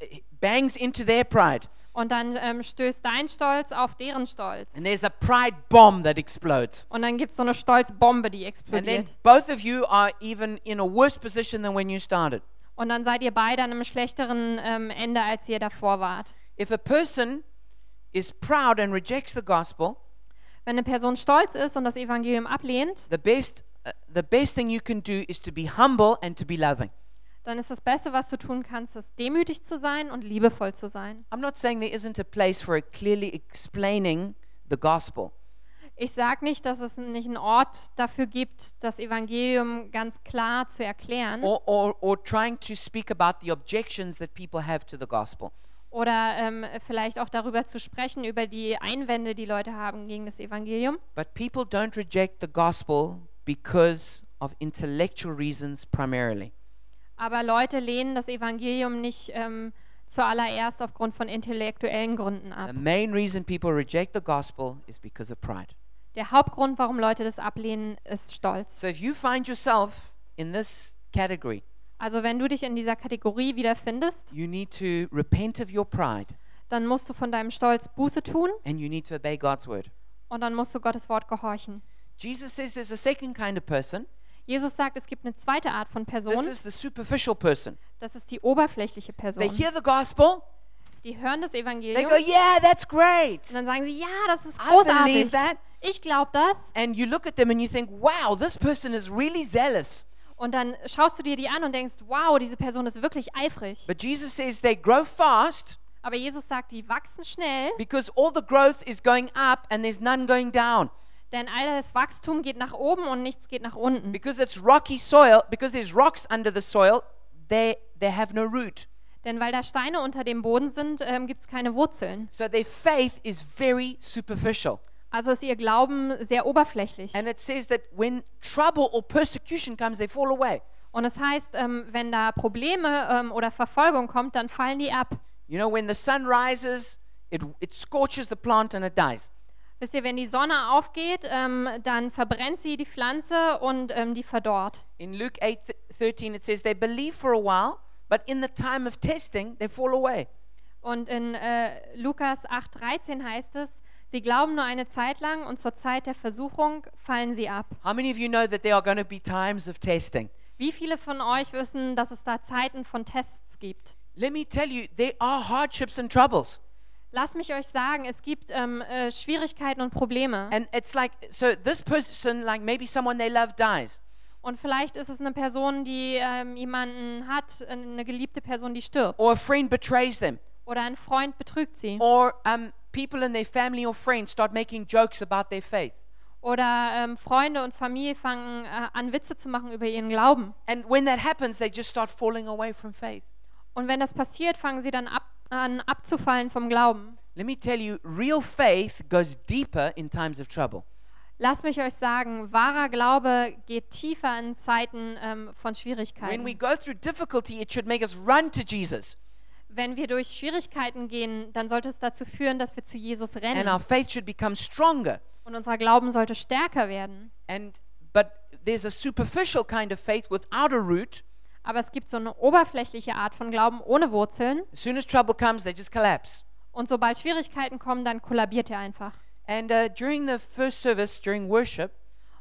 [SPEAKER 1] c- bangs into their pride.
[SPEAKER 2] Und dann ähm, stößt dein Stolz auf deren Stolz.
[SPEAKER 1] And there's a pride bomb that explodes.
[SPEAKER 2] Und dann gibt es so eine Stolzbombe, die
[SPEAKER 1] And then
[SPEAKER 2] explodiert.
[SPEAKER 1] both of you are even in a worse position than when you started.
[SPEAKER 2] Und dann seid ihr beide an einem schlechteren ähm, Ende, als ihr davor wart.
[SPEAKER 1] If a person is proud and rejects the gospel,
[SPEAKER 2] Wenn eine Person stolz ist und das Evangelium ablehnt,
[SPEAKER 1] the best uh, the best thing you can do is to be humble and to be loving.
[SPEAKER 2] dann ist das Beste, was du tun kannst, ist demütig zu sein und liebevoll zu sein.
[SPEAKER 1] I'm not saying there isn't a place for clearly explaining the gospel,
[SPEAKER 2] Ich sage nicht, dass es nicht einen Ort dafür gibt, das Evangelium ganz klar zu erklären
[SPEAKER 1] or, or or trying to speak about the objections that people have to the gospel.
[SPEAKER 2] oder ähm, vielleicht auch darüber zu sprechen, über die Einwände, die Leute haben gegen das Evangelium.
[SPEAKER 1] But people don't reject the gospel because of intellectual reasons primarily.
[SPEAKER 2] Aber Leute lehnen das Evangelium nicht ähm, zuallererst aufgrund von intellektuellen Gründen ab.
[SPEAKER 1] The main reason people reject the gospel is because of pride.
[SPEAKER 2] Der Hauptgrund, warum Leute das ablehnen, ist Stolz.
[SPEAKER 1] So if you find yourself in this category,
[SPEAKER 2] Also wenn du dich in dieser Kategorie wiederfindest,
[SPEAKER 1] you need to repent of your pride
[SPEAKER 2] dann musst du von deinem Stolz Buße tun
[SPEAKER 1] and you need to obey God's word.
[SPEAKER 2] und dann musst du Gottes Wort gehorchen.
[SPEAKER 1] Jesus says there's a second kind of person.
[SPEAKER 2] Jesus sagt, es gibt eine zweite Art von
[SPEAKER 1] This
[SPEAKER 2] Person,
[SPEAKER 1] is the superficial person.
[SPEAKER 2] das ist die oberflächliche
[SPEAKER 1] They
[SPEAKER 2] Person.
[SPEAKER 1] hear the gospel,
[SPEAKER 2] Die hören das
[SPEAKER 1] they
[SPEAKER 2] Evangelium
[SPEAKER 1] go,
[SPEAKER 2] und
[SPEAKER 1] Yeah, that's great.
[SPEAKER 2] dann sagen sie, ja, das ist
[SPEAKER 1] I believe
[SPEAKER 2] großartig.
[SPEAKER 1] that.
[SPEAKER 2] Ich glaube das.
[SPEAKER 1] And you look at them and you think, Wow, this person is really zealous.
[SPEAKER 2] Und dann schaust du dir die an und denkst, wow, diese Person ist wirklich eifrig.
[SPEAKER 1] But Jesus says they grow fast
[SPEAKER 2] Aber Jesus sagt, die wachsen schnell,
[SPEAKER 1] because all the growth is going up and there's none going down.
[SPEAKER 2] denn all das Wachstum geht nach oben und nichts geht nach unten.
[SPEAKER 1] Because it's rocky soil, because there's rocks under the soil, they, they have no root.
[SPEAKER 2] Denn weil da Steine unter dem Boden sind, ähm, gibt es keine Wurzeln.
[SPEAKER 1] So their faith is very superficial.
[SPEAKER 2] Also ist ihr Glauben sehr oberflächlich.
[SPEAKER 1] And it says that when trouble or persecution comes, they fall away.
[SPEAKER 2] Und es heißt, ähm, wenn da Probleme ähm, oder Verfolgung kommt, dann fallen die ab.
[SPEAKER 1] You know, when the sun rises, it, it scorches the plant and it dies.
[SPEAKER 2] Wisst ihr, wenn die Sonne aufgeht, ähm, dann verbrennt sie die Pflanze und ähm, die verdorrt.
[SPEAKER 1] In Luke 8 th- 13, it says they believe for a while, but in the time of testing, they fall away.
[SPEAKER 2] Und in äh, Lukas 8,13 heißt es, sie glauben nur eine Zeit lang und zur Zeit der Versuchung fallen sie ab.
[SPEAKER 1] How many of you know that there are going to be times of testing?
[SPEAKER 2] Wie viele von euch wissen, dass es da Zeiten von Tests gibt?
[SPEAKER 1] Let me tell you, there are hardships and troubles.
[SPEAKER 2] Lasst mich euch sagen, es gibt ähm, äh, Schwierigkeiten und Probleme.
[SPEAKER 1] And it's like, so this person, like maybe someone they love dies.
[SPEAKER 2] Und vielleicht ist es eine Person, die ähm, jemanden hat, äh, eine geliebte Person, die stirbt.
[SPEAKER 1] or a friend betrays them,
[SPEAKER 2] Oder ein Freund betrügt sie.
[SPEAKER 1] or um, people in their family or friends start making jokes about their faith.
[SPEAKER 2] Oder ähm, Freunde und Familie fangen äh, an, Witze zu machen über ihren Glauben.
[SPEAKER 1] And when that happens, they just start falling away from faith.
[SPEAKER 2] Und wenn das passiert, fangen sie dann ab, an, abzufallen vom Glauben.
[SPEAKER 1] Let me tell you, real faith goes deeper in times of trouble.
[SPEAKER 2] Lasst mich euch sagen, wahrer Glaube geht tiefer in Zeiten ähm,
[SPEAKER 1] When
[SPEAKER 2] von
[SPEAKER 1] we
[SPEAKER 2] Schwierigkeiten.
[SPEAKER 1] go through difficulty, it should make us run to Jesus,
[SPEAKER 2] Wenn wir durch Schwierigkeiten gehen, dann sollte es dazu führen, dass wir zu Jesus
[SPEAKER 1] and
[SPEAKER 2] rennen.
[SPEAKER 1] our faith should become stronger.
[SPEAKER 2] Und unser Glauben sollte stärker werden.
[SPEAKER 1] And but there's a superficial kind of faith without a root.
[SPEAKER 2] Aber es gibt so eine oberflächliche Art von Glauben ohne Wurzeln.
[SPEAKER 1] As soon as trouble comes, they just collapse.
[SPEAKER 2] Und sobald Schwierigkeiten kommen, dann kollabiert er einfach.
[SPEAKER 1] And uh, during the first service, during worship,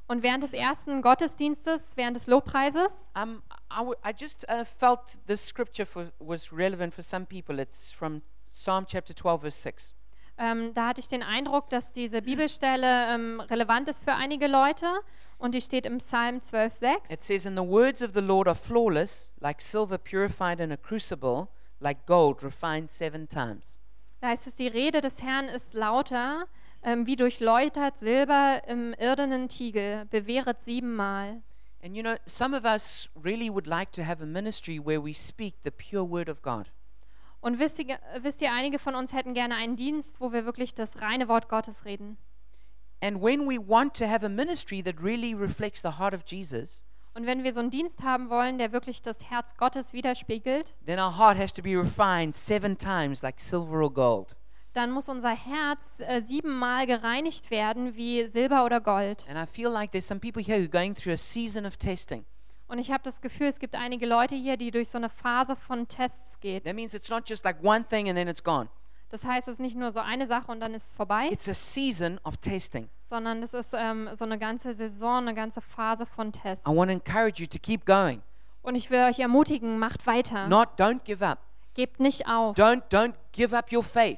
[SPEAKER 2] Und während des ersten Gottesdienstes, während des Lobpreises,
[SPEAKER 1] Um, I, w- I just uh, felt this scripture for, was relevant for some people. It's from Psalm chapter 12, verse 6.
[SPEAKER 2] ähm, da hatte ich den Eindruck, dass diese Bibelstelle ähm, relevant ist für einige Leute. Und die steht im Psalm 12,6.
[SPEAKER 1] It says, And the words of the Lord are flawless, like silver purified in a crucible, like gold refined seven times.
[SPEAKER 2] Da heißt es, die Rede des Herrn ist lauter, ähm, wie durchläutert Silber im irdenen Tiegel, bewähret siebenmal.
[SPEAKER 1] And you know, some of us really would like to have a ministry where we speak the pure word of God.
[SPEAKER 2] Und wisst ihr, wisst ihr, einige von uns hätten gerne einen Dienst, wo wir wirklich das reine Wort Gottes reden.
[SPEAKER 1] And when we want to have a ministry that really reflects the heart of Jesus,
[SPEAKER 2] Und wenn wir so einen Dienst haben wollen, der wirklich das Herz Gottes widerspiegelt,
[SPEAKER 1] then our heart has to be refined seven times, like silver or gold.
[SPEAKER 2] dann muss unser Herz äh, siebenmal gereinigt werden wie Silber oder Gold.
[SPEAKER 1] And I feel like there's some people here who are going through a season of testing.
[SPEAKER 2] Und ich habe das Gefühl, es gibt einige Leute hier, die durch so eine Phase von Tests geht.
[SPEAKER 1] That means it's not just like one thing and then it's gone.
[SPEAKER 2] Das heißt, es ist nicht nur so eine Sache und dann ist es vorbei,
[SPEAKER 1] It's a season of testing.
[SPEAKER 2] sondern es ist ähm, so eine ganze Saison, eine ganze Phase von Tests.
[SPEAKER 1] I want to encourage you to keep going.
[SPEAKER 2] Und ich will euch ermutigen, macht weiter.
[SPEAKER 1] Not don't give up.
[SPEAKER 2] Gebt nicht auf.
[SPEAKER 1] Don't don't give up your faith.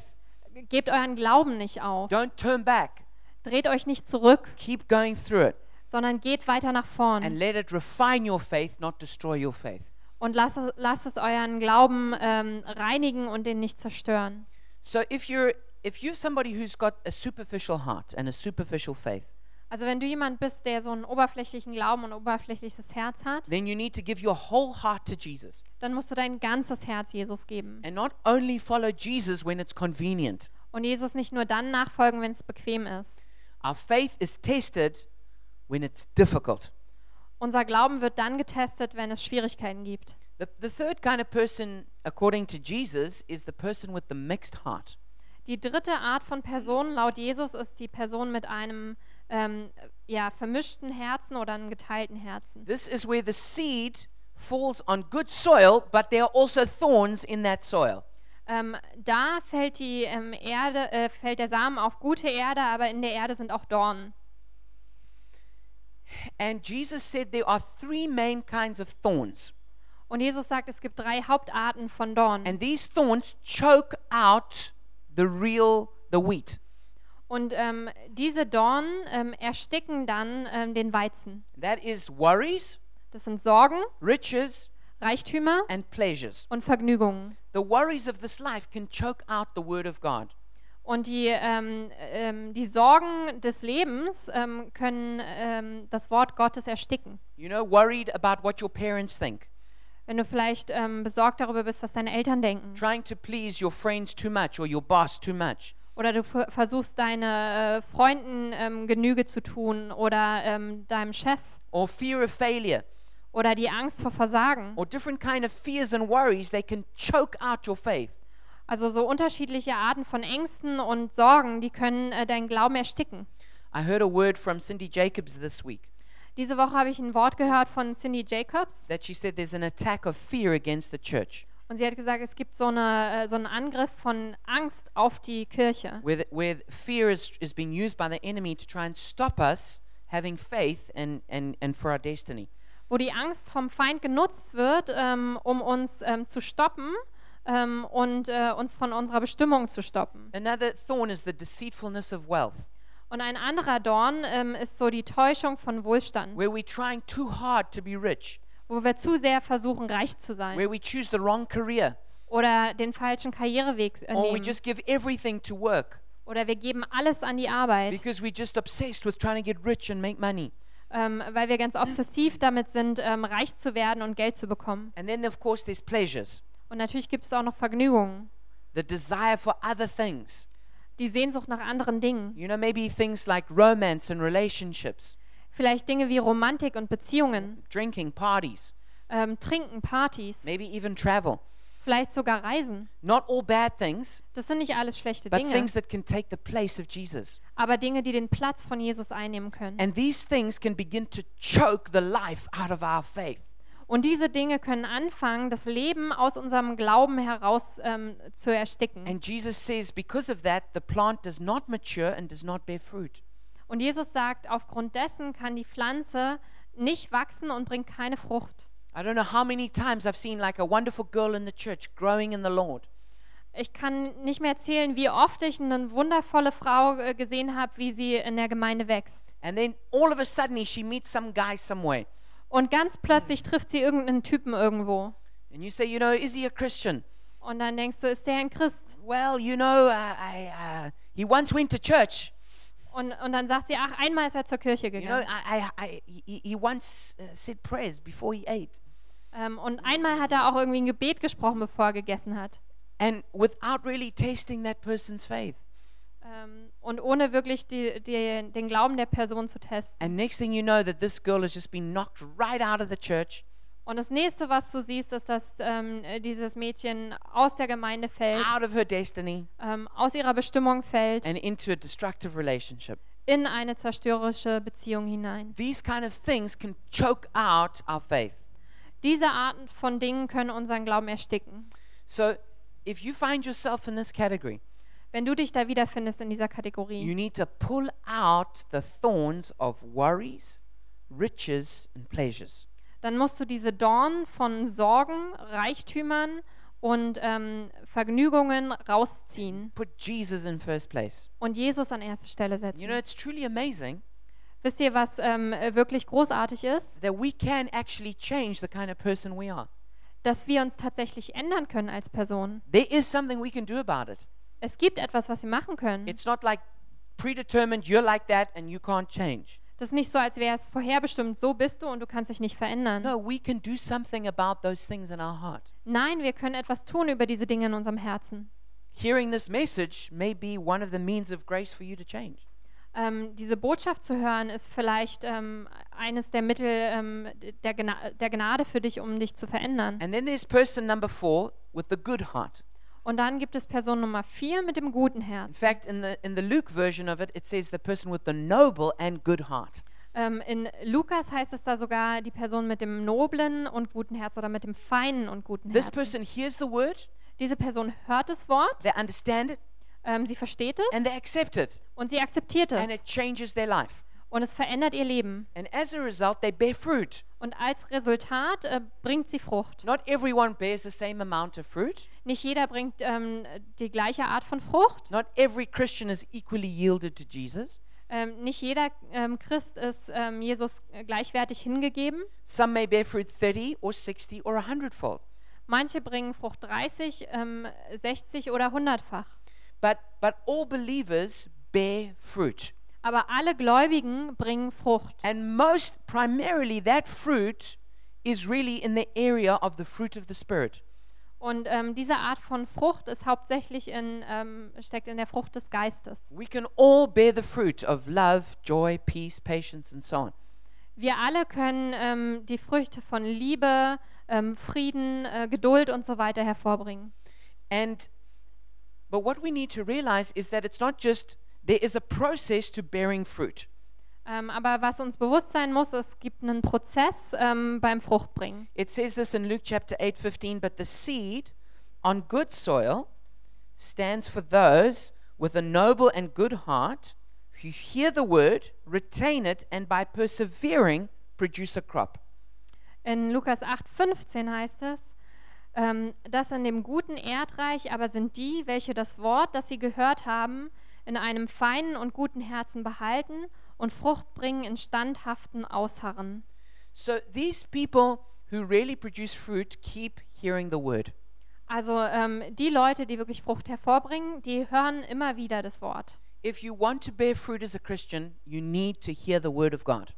[SPEAKER 2] Gebt euren Glauben nicht auf.
[SPEAKER 1] Don't turn back.
[SPEAKER 2] Dreht euch nicht zurück,
[SPEAKER 1] Keep going through it
[SPEAKER 2] sondern geht weiter nach vorn.
[SPEAKER 1] and let it refine your faith, not destroy your faith.
[SPEAKER 2] Und lasst, lasst es euren Glauben ähm, reinigen und den nicht zerstören.
[SPEAKER 1] So if you're if you're somebody who's got a superficial heart and a superficial faith,
[SPEAKER 2] Also wenn du jemand bist, der so einen oberflächlichen Glauben und ein oberflächliches Herz hat,
[SPEAKER 1] then you need to give your whole heart to Jesus
[SPEAKER 2] dann musst du dein ganzes Herz Jesus geben.
[SPEAKER 1] and not only follow Jesus when it's convenient.
[SPEAKER 2] Und Jesus nicht nur dann nachfolgen, wenn es bequem ist.
[SPEAKER 1] Our faith is tested when it's difficult.
[SPEAKER 2] Unser Glauben wird dann getestet, wenn es Schwierigkeiten gibt.
[SPEAKER 1] The, the third kind of person, according to Jesus, is the person with the mixed heart.
[SPEAKER 2] Die dritte Art von Person laut Jesus ist die Person mit einem ähm, ja, vermischten Herzen oder einem geteilten Herzen.
[SPEAKER 1] This is where the seed falls on good soil, but there are also thorns in that soil.
[SPEAKER 2] Ähm, da fällt die ähm, Erde, äh, fällt der Samen auf gute Erde, aber in der Erde sind auch Dornen.
[SPEAKER 1] And Jesus said there are three main kinds of thorns,
[SPEAKER 2] Und Jesus sagt, es gibt drei Hauptarten von Dornen.
[SPEAKER 1] and these thorns choke out the real the wheat.
[SPEAKER 2] Und ähm, diese Dornen ähm, ersticken dann ähm, den Weizen.
[SPEAKER 1] That is worries,
[SPEAKER 2] Das sind Sorgen,
[SPEAKER 1] riches,
[SPEAKER 2] Reichtümer
[SPEAKER 1] and pleasures.
[SPEAKER 2] und Vergnügungen.
[SPEAKER 1] The worries of this life can choke out the word of God.
[SPEAKER 2] Und die, ähm, ähm, die Sorgen des Lebens ähm, können ähm, das Wort Gottes ersticken.
[SPEAKER 1] You know, worried about what your parents think,
[SPEAKER 2] Wenn du vielleicht ähm, besorgt darüber bist, was deine Eltern denken.
[SPEAKER 1] trying to please your friends too much or your boss too much.
[SPEAKER 2] Oder du ver- versuchst deine äh, Freunden ähm, Genüge zu tun oder ähm, deinem Chef
[SPEAKER 1] or fear of failure
[SPEAKER 2] oder die Angst vor Versagen.
[SPEAKER 1] or different kind of fears and worries they can choke out your faith
[SPEAKER 2] Also so unterschiedliche Arten von Ängsten und Sorgen, die können äh, deinen Glauben ersticken.
[SPEAKER 1] i heard a word from cindy jacobs this week
[SPEAKER 2] Diese Woche habe ich ein Wort gehört von Cindy Jacobs
[SPEAKER 1] that she said there's an attack of fear against the church
[SPEAKER 2] und sie hat gesagt, es gibt so, eine, äh, so einen Angriff von Angst auf die Kirche,
[SPEAKER 1] where, the, where fear is, is being used by the enemy to try and stop us having faith and, and, and for our destiny
[SPEAKER 2] wo die Angst vom Feind genutzt wird, ähm, um uns ähm, zu stoppen ähm, und äh, uns von unserer Bestimmung zu stoppen.
[SPEAKER 1] another thorn is the deceitfulness of wealth
[SPEAKER 2] Und ein anderer Dorn ähm, ist so die Täuschung von Wohlstand,
[SPEAKER 1] where we're trying too hard to be rich
[SPEAKER 2] wo wir zu sehr versuchen, reich zu sein
[SPEAKER 1] where we choose the wrong career
[SPEAKER 2] oder den falschen Karriereweg äh,
[SPEAKER 1] or Oh, we
[SPEAKER 2] nehmen
[SPEAKER 1] just give everything to work
[SPEAKER 2] oder wir geben alles an die Arbeit,
[SPEAKER 1] because we're just obsessed with trying to get rich and make money
[SPEAKER 2] ähm, weil wir ganz obsessiv damit sind, ähm, reich zu werden und Geld zu bekommen.
[SPEAKER 1] And then, of course, there's pleasures,
[SPEAKER 2] Und natürlich gibt es auch noch Vergnügungen,
[SPEAKER 1] the desire for other things.
[SPEAKER 2] die Sehnsucht nach anderen Dingen,
[SPEAKER 1] You know, maybe things like romance and relationships,
[SPEAKER 2] vielleicht Dinge wie Romantik und Beziehungen,
[SPEAKER 1] drinking, parties,
[SPEAKER 2] ähm, Trinken, Partys,
[SPEAKER 1] maybe even travel.
[SPEAKER 2] vielleicht sogar Reisen.
[SPEAKER 1] Not all bad things,
[SPEAKER 2] Das sind nicht alles schlechte
[SPEAKER 1] but
[SPEAKER 2] Dinge,
[SPEAKER 1] things that can take the place of Jesus.
[SPEAKER 2] aber Dinge, die den Platz von Jesus einnehmen können.
[SPEAKER 1] And these things can begin to choke the life out of our faith.
[SPEAKER 2] Und diese Dinge können anfangen, das Leben aus unserem Glauben heraus ähm, zu ersticken.
[SPEAKER 1] And Jesus says, because of that, the plant does not mature and does not bear fruit.
[SPEAKER 2] Und Jesus sagt, aufgrund dessen kann die Pflanze nicht wachsen und bringt keine Frucht.
[SPEAKER 1] I don't know how many times I've seen like a wonderful girl in the church growing in the Lord.
[SPEAKER 2] Ich kann nicht mehr erzählen, wie oft ich eine wundervolle Frau äh, gesehen habe, wie sie in der Gemeinde wächst.
[SPEAKER 1] And then all of a sudden she meets some guy somewhere.
[SPEAKER 2] Und ganz plötzlich trifft sie irgendeinen Typen irgendwo.
[SPEAKER 1] And you say, you know, is he a Christian?
[SPEAKER 2] Und dann denkst du, ist der ein Christ?
[SPEAKER 1] Well, you know, uh, I, uh, he once went to church.
[SPEAKER 2] Und, und dann sagt sie, ach, einmal ist er zur Kirche
[SPEAKER 1] You know,
[SPEAKER 2] gegangen.
[SPEAKER 1] I, I, I, he, he once uh, said prayers before he ate.
[SPEAKER 2] Ähm, und einmal hat er auch irgendwie ein Gebet gesprochen, bevor er gegessen hat.
[SPEAKER 1] And without really testing that person's faith.
[SPEAKER 2] Ähm, und ohne wirklich die, die, den Glauben der Person zu testen.
[SPEAKER 1] And next thing you know, that this girl has just been knocked right out of the church,
[SPEAKER 2] Und das nächste, was du siehst, ist, dass ähm, äh, dieses Mädchen aus der Gemeinde fällt,
[SPEAKER 1] out of her destiny,
[SPEAKER 2] ähm, aus ihrer Bestimmung fällt,
[SPEAKER 1] and into a destructive relationship.
[SPEAKER 2] in eine zerstörerische Beziehung hinein.
[SPEAKER 1] These kind of things can choke out our faith.
[SPEAKER 2] Diese Arten von Dingen können unseren Glauben ersticken.
[SPEAKER 1] So if you find yourself in this category,
[SPEAKER 2] Wenn du dich da wiederfindest in dieser
[SPEAKER 1] You
[SPEAKER 2] Kategorie,
[SPEAKER 1] need to pull out the thorns of worries, riches, and pleasures.
[SPEAKER 2] dann musst du diese Dornen von Sorgen, Reichtümern und ähm, Vergnügungen rausziehen
[SPEAKER 1] Put Jesus in first place.
[SPEAKER 2] und Jesus an erste Stelle setzen.
[SPEAKER 1] You know, it's truly amazing
[SPEAKER 2] Wisst ihr, was ähm, äh, wirklich großartig ist?
[SPEAKER 1] that we can actually change the kind of person we are.
[SPEAKER 2] dass wir uns tatsächlich ändern können als Person.
[SPEAKER 1] There is something we can do about it.
[SPEAKER 2] Es gibt etwas, was wir machen können.
[SPEAKER 1] It's not like predetermined, you're like that and you can't change.
[SPEAKER 2] Das ist nicht so, als wäre es vorherbestimmt, so bist du und du kannst dich nicht verändern.
[SPEAKER 1] No, we can do something about those things in our heart.
[SPEAKER 2] Nein, wir können etwas tun über diese Dinge in unserem Herzen.
[SPEAKER 1] Hearing this message may be one of the means of grace for you to change.
[SPEAKER 2] Ähm, diese Botschaft zu hören ist vielleicht ähm, eines der Mittel ähm, der, Gna der Gnade für dich, um dich zu verändern.
[SPEAKER 1] And then there's person number four with the good heart.
[SPEAKER 2] Und dann gibt es Person Nummer vier mit dem guten
[SPEAKER 1] In
[SPEAKER 2] Herz.
[SPEAKER 1] fact, in the in the Luke version of it, it says the person with the noble and good heart.
[SPEAKER 2] Ähm, in Lukas heißt es da sogar die Person mit dem noblen und guten Herz oder mit dem feinen und guten
[SPEAKER 1] This
[SPEAKER 2] Herz.
[SPEAKER 1] person hears the word,
[SPEAKER 2] Diese Person hört das Wort,
[SPEAKER 1] they understand it,
[SPEAKER 2] ähm, sie versteht es.
[SPEAKER 1] and they accept it,
[SPEAKER 2] Und sie akzeptiert
[SPEAKER 1] and
[SPEAKER 2] es.
[SPEAKER 1] it changes their life.
[SPEAKER 2] Und es verändert ihr Leben.
[SPEAKER 1] And as a result, they bear fruit.
[SPEAKER 2] Und als Resultat äh, bringt sie Frucht.
[SPEAKER 1] Not everyone bears the same amount of fruit.
[SPEAKER 2] Nicht jeder bringt ähm, die gleiche Art von Frucht.
[SPEAKER 1] Not every Christian is equally yielded to Jesus.
[SPEAKER 2] Ähm, nicht jeder ähm, Christ ist ähm, Jesus äh, gleichwertig hingegeben.
[SPEAKER 1] Some may bear fruit 30 or 60 or 100 fold.
[SPEAKER 2] Manche bringen Frucht 30, ähm, 60 oder 100-fach.
[SPEAKER 1] But but all believers bear fruit.
[SPEAKER 2] Aber alle Gläubigen bringen Frucht.
[SPEAKER 1] And most primarily that fruit is really in the area of the fruit of the Spirit.
[SPEAKER 2] Und ähm, diese Art von Frucht ist hauptsächlich in, ähm, steckt in der Frucht des Geistes.
[SPEAKER 1] We can all bear the fruit of love, joy, peace, patience, and so on.
[SPEAKER 2] Wir alle können ähm, die Früchte von Liebe, ähm, Frieden, äh, Geduld und so weiter hervorbringen.
[SPEAKER 1] And but what we need to realize is that it's not just there is a process to bearing fruit.
[SPEAKER 2] Ähm, aber was uns bewusst sein muss, es gibt einen Prozess ähm, beim Fruchtbringen.
[SPEAKER 1] It says this in Luke chapter 8:15, but the seed on good soil stands for those with a noble and good heart who hear the word, retain it and by persevering produce a crop.
[SPEAKER 2] In Lukas 8,15 heißt es, ähm, dass in dem guten Erdreich aber sind die, welche das Wort, das sie gehört haben, in einem feinen und guten Herzen behalten und Frucht bringen in standhaften Ausharren.
[SPEAKER 1] So these people who really produce fruit keep hearing the word.
[SPEAKER 2] Also ähm, die Leute, die wirklich Frucht hervorbringen, die hören immer wieder das Wort.
[SPEAKER 1] If you want to bear fruit as a Christian, you need to hear the word of God.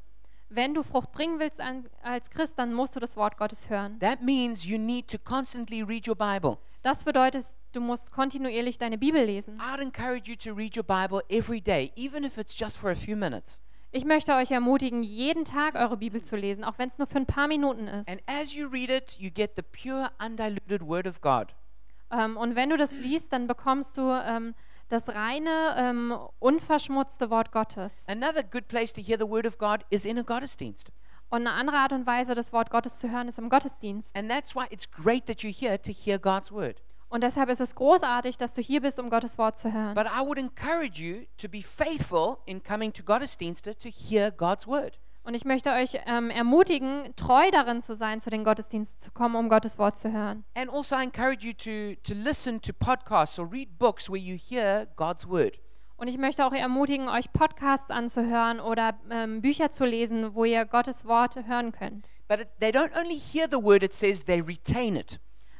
[SPEAKER 2] Wenn du Frucht bringen willst an, als Christ, dann musst du das Wort Gottes hören.
[SPEAKER 1] That means you need to constantly read your Bible.
[SPEAKER 2] Das bedeutet, du musst kontinuierlich deine Bibel lesen.
[SPEAKER 1] I'd encourage you to read your Bible every day, even if it's just for a few minutes.
[SPEAKER 2] Ich möchte euch ermutigen, jeden Tag eure Bibel zu lesen, auch wenn es nur für ein paar Minuten ist.
[SPEAKER 1] And as you read it, you get the pure, undiluted word of God.
[SPEAKER 2] Ähm, und wenn du das liest, dann bekommst du ähm, das reine, ähm, unverschmutzte Wort Gottes.
[SPEAKER 1] Another good place to hear the word of God is in a Gottesdienst.
[SPEAKER 2] Und eine andere Art und Weise, das Wort Gottes zu hören, ist im Gottesdienst.
[SPEAKER 1] And that's why it's great that you're here to hear God's word.
[SPEAKER 2] Und deshalb ist es großartig, dass du hier bist, um Gottes Wort zu hören.
[SPEAKER 1] But I would encourage you to be faithful in coming to Gottesdienste to hear God's word.
[SPEAKER 2] Und ich möchte euch ähm, ermutigen, treu darin zu sein, zu den Gottesdiensten zu kommen, um Gottes Wort zu hören.
[SPEAKER 1] And also, I encourage you to, to listen to podcasts or read books where you hear God's word.
[SPEAKER 2] Und ich möchte auch ermutigen, euch Podcasts anzuhören oder ähm, Bücher zu lesen, wo ihr Gottes Worte hören könnt.
[SPEAKER 1] But it, they don't only hear the word, it says they retain it.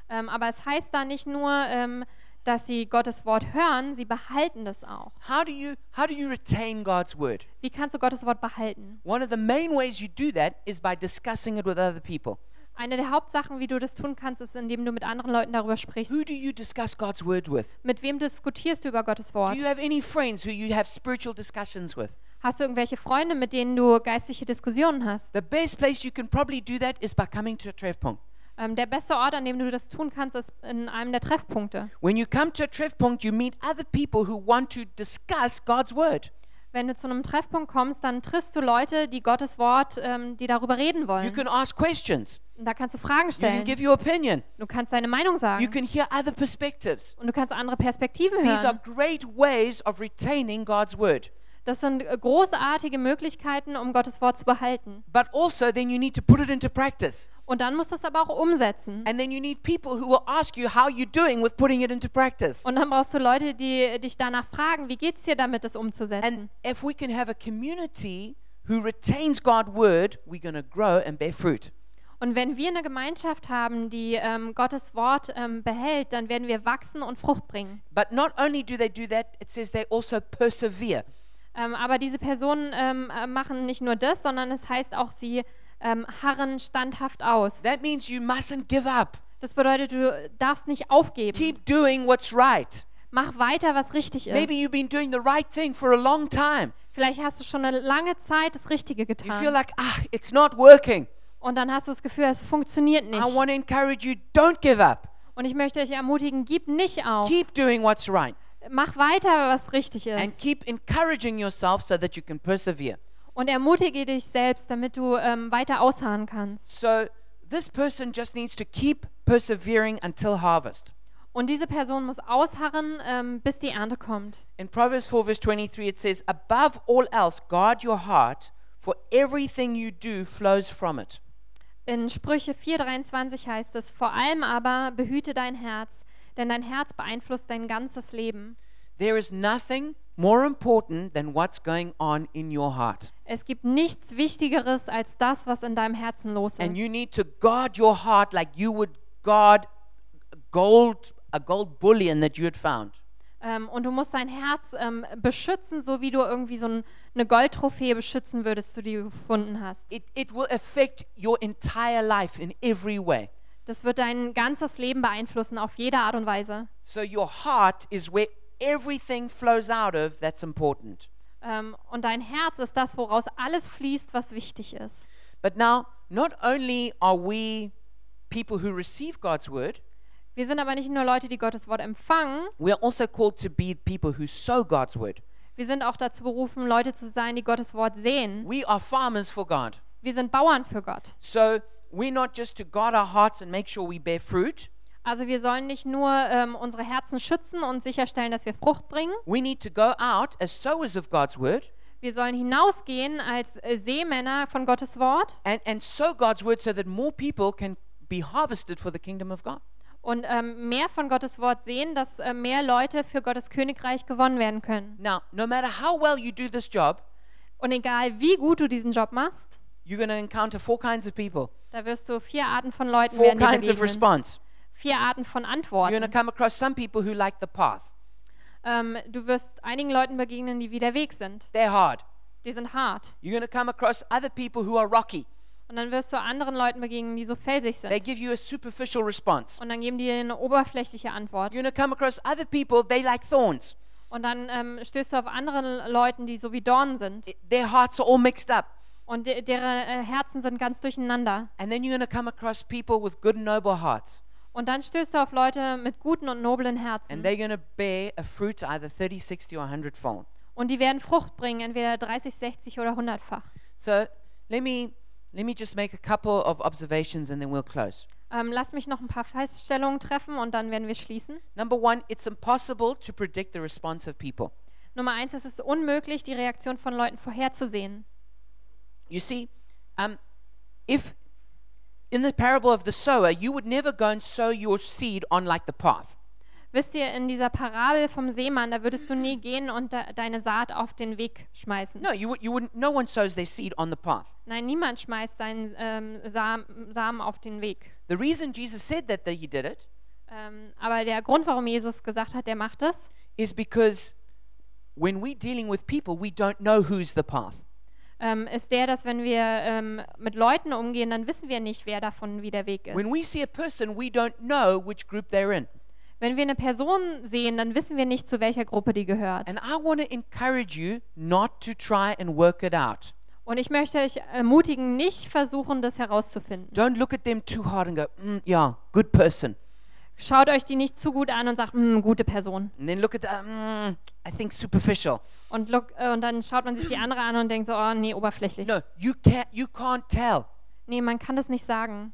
[SPEAKER 2] Ähm, aber es heißt da nicht nur, ähm, dass sie Gottes Wort hören, sie behalten das auch.
[SPEAKER 1] How do you, how do you retain God's word?
[SPEAKER 2] Wie kannst du Gottes Wort behalten?
[SPEAKER 1] One of the main ways you do that is by discussing it with other people.
[SPEAKER 2] Eine der Hauptsachen, wie du das tun kannst, ist, indem du mit anderen Leuten darüber sprichst.
[SPEAKER 1] Who do you discuss God's word with?
[SPEAKER 2] Mit wem diskutierst du über Gottes Wort?
[SPEAKER 1] Do you have any friends who you have spiritual discussions with?
[SPEAKER 2] Hast du irgendwelche Freunde, mit denen du geistliche Diskussionen hast?
[SPEAKER 1] The best place you can probably do that is by coming to a Treffpunkt.
[SPEAKER 2] Ähm, der beste Ort, an dem du das tun kannst, ist in einem der Treffpunkte.
[SPEAKER 1] When you come to a Treffpunkt, you meet other people who want to discuss God's word.
[SPEAKER 2] Wenn du zu einem Treffpunkt kommst, dann triffst du Leute, die Gottes Wort, ähm, die darüber reden
[SPEAKER 1] You
[SPEAKER 2] wollen.
[SPEAKER 1] can ask questions.
[SPEAKER 2] Und da kannst du Fragen
[SPEAKER 1] You can
[SPEAKER 2] stellen.
[SPEAKER 1] give your opinion.
[SPEAKER 2] Du kannst deine Meinung
[SPEAKER 1] You
[SPEAKER 2] sagen.
[SPEAKER 1] can hear other perspectives.
[SPEAKER 2] Und du kannst andere Perspektiven
[SPEAKER 1] These are
[SPEAKER 2] hören.
[SPEAKER 1] great ways of retaining God's word.
[SPEAKER 2] Das sind äh, großartige Möglichkeiten, um Gottes Wort zu behalten.
[SPEAKER 1] But also, then you need to put it into practice.
[SPEAKER 2] Und dann musst du es aber auch umsetzen.
[SPEAKER 1] And then you need people who will ask you how you're doing with putting it into practice.
[SPEAKER 2] Und dann brauchst du Leute, die dich danach fragen, wie geht's dir damit, das
[SPEAKER 1] And
[SPEAKER 2] umzusetzen?
[SPEAKER 1] if we can have a community who retains God's word, we're going to grow and bear fruit.
[SPEAKER 2] Und wenn wir eine Gemeinschaft haben, die ähm, Gottes Wort ähm, behält, dann werden wir wachsen und Frucht bringen.
[SPEAKER 1] But not only do they do that, it says they also persevere.
[SPEAKER 2] Ähm, aber diese Personen ähm, äh, machen nicht nur das, sondern es heißt auch, sie ähm, harren standhaft aus.
[SPEAKER 1] That means you mustn't give up.
[SPEAKER 2] Das bedeutet, du darfst nicht aufgeben.
[SPEAKER 1] Keep doing what's right.
[SPEAKER 2] Mach weiter, was richtig
[SPEAKER 1] Maybe
[SPEAKER 2] ist.
[SPEAKER 1] you've been doing the right thing for a long time.
[SPEAKER 2] Vielleicht hast du schon eine lange Zeit das Richtige
[SPEAKER 1] You feel
[SPEAKER 2] getan.
[SPEAKER 1] like, ah, it's not working.
[SPEAKER 2] Und dann hast du das Gefühl, es funktioniert nicht.
[SPEAKER 1] I want to encourage you don't give up.
[SPEAKER 2] Und ich möchte euch ermutigen, gib nicht auf.
[SPEAKER 1] Keep doing what's right
[SPEAKER 2] Mach weiter, was richtig
[SPEAKER 1] and
[SPEAKER 2] ist.
[SPEAKER 1] keep encouraging yourself so that you can persevere.
[SPEAKER 2] Und ermutige dich selbst, damit du ähm, weiter ausharren kannst.
[SPEAKER 1] So this person just needs to keep persevering until harvest.
[SPEAKER 2] Und diese Person muss ausharren, ähm, bis die Ernte kommt.
[SPEAKER 1] In Proverbs 4, verse 23, it says, Above all else, guard your heart, for everything you do flows from it.
[SPEAKER 2] In Sprüche 4,23 heißt es: Vor allem aber behüte dein Herz, denn dein Herz beeinflusst dein ganzes Leben.
[SPEAKER 1] There is nothing more important than what's going on in your heart.
[SPEAKER 2] Es gibt nichts Wichtigeres als das, was in deinem Herzen los ist.
[SPEAKER 1] And you need to guard your heart like you would guard gold, a gold bullion that you had found.
[SPEAKER 2] Ähm, und du musst dein Herz ähm, beschützen, so wie du irgendwie so ein, eine Goldtrophäe beschützen würdest, die du gefunden hast.
[SPEAKER 1] It, it will affect your entire life in every way.
[SPEAKER 2] Das wird dein ganzes Leben beeinflussen, auf jede Art und Weise.
[SPEAKER 1] So your heart is where everything flows out of that's important.
[SPEAKER 2] Ähm, und dein Herz ist das, woraus alles fließt, was wichtig ist.
[SPEAKER 1] But now, not only are we people who receive God's word,
[SPEAKER 2] Wir sind aber nicht nur Leute, die Gottes Wort empfangen,
[SPEAKER 1] we are also called to be people who sow God's word.
[SPEAKER 2] wir sind auch dazu berufen, Leute zu sein, die Gottes Wort sehen.
[SPEAKER 1] We are farmers for God.
[SPEAKER 2] Wir sind Bauern für Gott.
[SPEAKER 1] So we're not just to guard our hearts and make sure we bear fruit.
[SPEAKER 2] Also wir sollen nicht nur ähm, unsere Herzen schützen und sicherstellen, dass wir Frucht bringen.
[SPEAKER 1] We need to go out as sowers of God's word
[SPEAKER 2] Wir sollen hinausgehen als äh, Seemänner von Gottes Wort
[SPEAKER 1] and, and sow God's word so that more people can be harvested for the kingdom of God.
[SPEAKER 2] und ähm, mehr von Gottes Wort sehen, dass äh, mehr Leute für Gottes Königreich gewonnen werden können.
[SPEAKER 1] Now, no matter how well you do this job,
[SPEAKER 2] Und egal wie gut du diesen Job machst,
[SPEAKER 1] you're going to encounter four kinds of people,
[SPEAKER 2] da wirst du vier Arten von Leuten
[SPEAKER 1] four
[SPEAKER 2] werden dir
[SPEAKER 1] kinds of
[SPEAKER 2] begegnen.
[SPEAKER 1] response.
[SPEAKER 2] Vier Arten von
[SPEAKER 1] You're going to
[SPEAKER 2] Antworten.
[SPEAKER 1] come across some people who like the path.
[SPEAKER 2] Ähm, du wirst einigen Leuten begegnen, die wie der Weg sind.
[SPEAKER 1] They're hard.
[SPEAKER 2] Die sind hart.
[SPEAKER 1] You're going to come across other people who are rocky.
[SPEAKER 2] Und dann wirst du anderen Leuten begegnen, die so felsig
[SPEAKER 1] They
[SPEAKER 2] sind.
[SPEAKER 1] give you a superficial response.
[SPEAKER 2] Und dann geben die dir eine oberflächliche Antwort.
[SPEAKER 1] You're going to come across other people, they like thorns.
[SPEAKER 2] Und dann ähm, stößt du auf andere Leuten, die so wie Dornen sind.
[SPEAKER 1] I- Their hearts are all mixed up.
[SPEAKER 2] Und de deren äh, Herzen sind ganz durcheinander.
[SPEAKER 1] And then you're going to come across people with good, noble hearts.
[SPEAKER 2] Und dann stößt du auf Leute mit guten und
[SPEAKER 1] And
[SPEAKER 2] noblen Herzen.
[SPEAKER 1] they're going to bear a fruit either 30, 60, or 100 fold.
[SPEAKER 2] Und die werden Frucht bringen, entweder 30, 60 oder 100-fach.
[SPEAKER 1] So let me, let me just make a couple of observations and then we'll close.
[SPEAKER 2] Ähm, lass mich noch ein paar Feststellungen treffen und dann werden wir schließen.
[SPEAKER 1] Number one, it's impossible to predict the response of people.
[SPEAKER 2] Nummer eins, es ist unmöglich, die Reaktion von Leuten vorherzusehen.
[SPEAKER 1] You see, um, if in the parable of the sower, you would never go and sow your seed on like the path.
[SPEAKER 2] Wisst ihr, in dieser Parabel vom Seemann, da würdest du nie gehen und de deine Saat auf den Weg schmeißen.
[SPEAKER 1] No, you would, you wouldn't. No one sows their seed on the path.
[SPEAKER 2] Nein, niemand schmeißt seinen ähm, Sam Samen auf den Weg.
[SPEAKER 1] The reason Jesus said that, that he did it
[SPEAKER 2] Ähm, aber der Grund, warum Jesus gesagt hat, der macht es,
[SPEAKER 1] is because when we're dealing with people, we don't know who's the path.
[SPEAKER 2] ähm, ist der, dass wenn wir ähm, mit Leuten umgehen, dann wissen wir nicht, wer davon wie der Weg ist.
[SPEAKER 1] When we see a person, we don't know which group they're in.
[SPEAKER 2] Wenn wir eine Person sehen, dann wissen wir nicht, zu welcher Gruppe die gehört.
[SPEAKER 1] And I want to encourage you not to try and work it out.
[SPEAKER 2] Und ich möchte euch ermutigen, nicht versuchen, das herauszufinden.
[SPEAKER 1] Don't look at them too hard and go, mm, yeah, good person.
[SPEAKER 2] Schaut euch die nicht zu gut an und sagt, "Hm, gute Person.
[SPEAKER 1] And then look at the, mm, I think superficial.
[SPEAKER 2] Und, look, äh, und dann schaut man sich die andere an und denkt so, oh nee, oberflächlich.
[SPEAKER 1] No, you can't. You can't tell.
[SPEAKER 2] Nee, man kann das nicht sagen.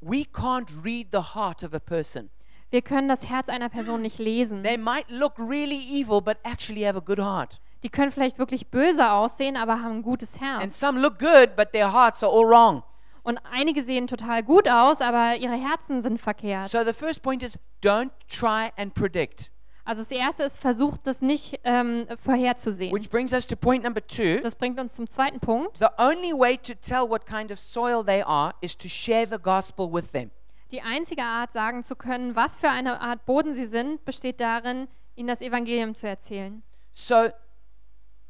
[SPEAKER 1] We can't read the heart of a person.
[SPEAKER 2] Wir können das Herz einer Person nicht lesen.
[SPEAKER 1] They might look really evil, but actually have a good heart.
[SPEAKER 2] Die können vielleicht wirklich böse aussehen, aber haben ein gutes
[SPEAKER 1] And
[SPEAKER 2] Herz.
[SPEAKER 1] some look good, but their hearts are all wrong.
[SPEAKER 2] Und einige sehen total gut aus, aber ihre Herzen sind verkehrt.
[SPEAKER 1] So the first point is don't try and predict.
[SPEAKER 2] Also das Erste ist, versucht das nicht ähm, vorherzusehen.
[SPEAKER 1] Which brings us to point number two.
[SPEAKER 2] Das bringt uns zum zweiten Punkt.
[SPEAKER 1] The only way to tell what kind of soil they are is to share the gospel with them.
[SPEAKER 2] Die einzige Art, sagen zu können, was für eine Art Boden sie sind, besteht darin, ihnen das Evangelium zu erzählen.
[SPEAKER 1] So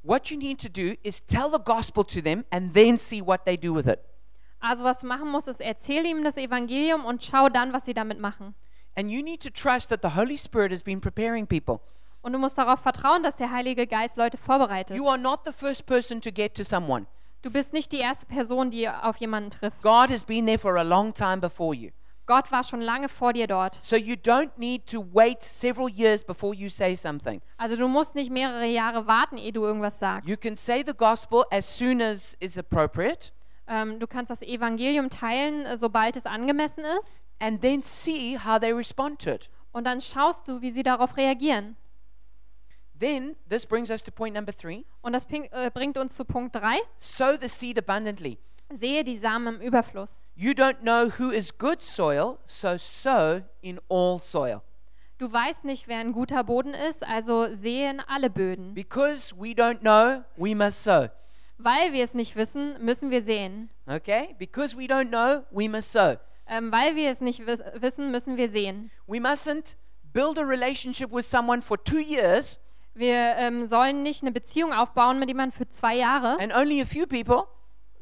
[SPEAKER 1] what you need to do is tell the gospel to them and then see what they do with it.
[SPEAKER 2] Also was du machen musst, ist, erzähle ihm das Evangelium und schau dann, was sie damit machen.
[SPEAKER 1] And you need to trust that the Holy Spirit has been preparing people.
[SPEAKER 2] Und du musst darauf vertrauen, dass der Heilige Geist Leute vorbereitet.
[SPEAKER 1] You are not the first person to get to someone.
[SPEAKER 2] Du bist nicht die erste Person, die auf jemanden trifft.
[SPEAKER 1] God has been there for a long time before you.
[SPEAKER 2] Gott war schon lange vor dir dort.
[SPEAKER 1] So you don't need to wait several years before you say something.
[SPEAKER 2] Also du musst nicht mehrere Jahre warten, ehe du irgendwas sagst.
[SPEAKER 1] You can say the gospel as soon as is appropriate
[SPEAKER 2] Ähm, du kannst das Evangelium teilen, äh, sobald es angemessen ist.
[SPEAKER 1] and then see how they respond to it.
[SPEAKER 2] Und dann schaust du, wie sie darauf reagieren.
[SPEAKER 1] Then this brings us to point number 3.
[SPEAKER 2] Und das ping- äh, bringt uns zu Punkt 3.
[SPEAKER 1] Sow the seed abundantly.
[SPEAKER 2] Sehe die Samen im Überfluss.
[SPEAKER 1] You don't know who is good soil, so sow in all soil.
[SPEAKER 2] Du weißt nicht, wer ein guter Boden ist, also sehen alle Böden.
[SPEAKER 1] Because we don't know, we must sow.
[SPEAKER 2] Weil wir es nicht wissen, müssen wir sehen.
[SPEAKER 1] Okay? Because we don't know, we must sow.
[SPEAKER 2] Ähm, weil wir es nicht wis wissen, müssen wir sehen.
[SPEAKER 1] We mustn't build a relationship with someone for two years
[SPEAKER 2] Wir ähm, sollen nicht eine Beziehung aufbauen mit jemandem für zwei Jahre,
[SPEAKER 1] and only a few people,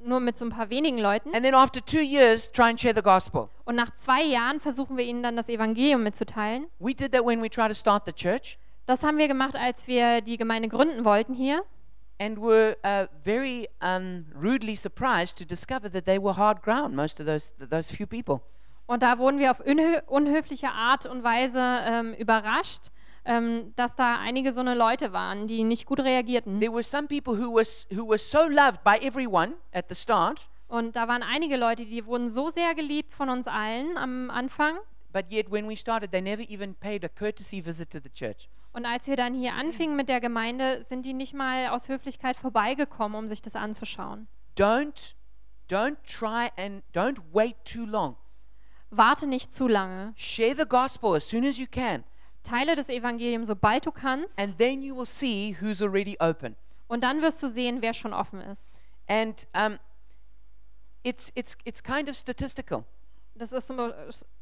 [SPEAKER 2] nur mit so ein paar wenigen Leuten.
[SPEAKER 1] and then after two years, try and share the gospel.
[SPEAKER 2] Und nach zwei Jahren versuchen wir ihnen dann das Evangelium mitzuteilen.
[SPEAKER 1] We did that when we tried to start the church
[SPEAKER 2] Das haben wir gemacht, als wir die Gemeinde gründen wollten hier.
[SPEAKER 1] and were uh, very um, rudely surprised to discover that they were hard ground, most of those, th- those few people.
[SPEAKER 2] Und da wurden wir auf unhö unhöfliche Art und Weise ähm, überrascht, ähm, dass da einige so eine Leute waren, die nicht gut reagierten.
[SPEAKER 1] There were some people who were, s- who were so loved by everyone at the start,
[SPEAKER 2] Und da waren einige Leute, die wurden so sehr geliebt von uns allen am Anfang.
[SPEAKER 1] but yet when we started, they never even paid a courtesy visit to the church.
[SPEAKER 2] Und als wir dann hier anfingen mit der Gemeinde, sind die nicht mal aus Höflichkeit vorbeigekommen, um sich das anzuschauen.
[SPEAKER 1] Don't, don't try and don't wait too long.
[SPEAKER 2] Warte nicht zu lange.
[SPEAKER 1] Share the gospel as soon as you can,
[SPEAKER 2] Teile das Evangelium, sobald du kannst.
[SPEAKER 1] and then you will see who's already open.
[SPEAKER 2] Und dann wirst du sehen, wer schon offen ist.
[SPEAKER 1] And um, it's, it's, it's kind of statistical.
[SPEAKER 2] Das ist so,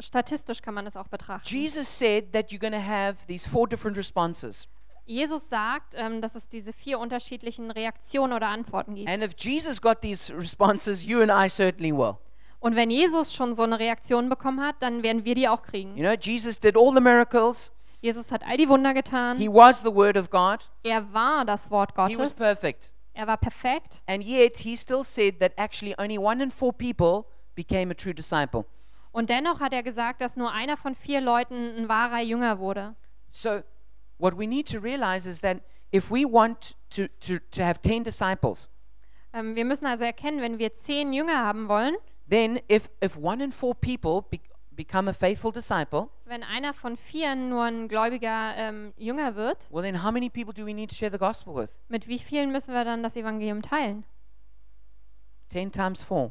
[SPEAKER 2] statistisch kann man das auch betrachten.
[SPEAKER 1] Jesus said that you're going to have these four different responses.
[SPEAKER 2] Jesus sagt, ähm, dass es diese vier unterschiedlichen Reaktionen oder Antworten gibt.
[SPEAKER 1] And if Jesus got these responses, you and I certainly will.
[SPEAKER 2] Und wenn Jesus schon so eine Reaktion bekommen hat, dann werden wir die auch kriegen.
[SPEAKER 1] You know, Jesus did all the miracles,
[SPEAKER 2] Jesus hat all die Wunder
[SPEAKER 1] He
[SPEAKER 2] getan.
[SPEAKER 1] was the Word of God,
[SPEAKER 2] Er war das Wort
[SPEAKER 1] He was
[SPEAKER 2] Gottes.
[SPEAKER 1] perfect.
[SPEAKER 2] Er war perfekt.
[SPEAKER 1] And yet, He still said that actually only one in four people became a true disciple.
[SPEAKER 2] Und dennoch hat er gesagt, dass nur einer von vier Leuten ein wahrer Jünger wurde.
[SPEAKER 1] So, what we need to realize is that if we want to, to, to have 10 disciples,
[SPEAKER 2] Ähm, wir müssen also erkennen, wenn wir zehn Jünger haben wollen,
[SPEAKER 1] then if, if one in four people be, become a faithful disciple,
[SPEAKER 2] wenn einer von vier nur ein gläubiger ähm, Jünger wird,
[SPEAKER 1] well, then how many people do we need to share the gospel with?
[SPEAKER 2] mit wie vielen müssen wir dann das Evangelium teilen?
[SPEAKER 1] 10 times 4,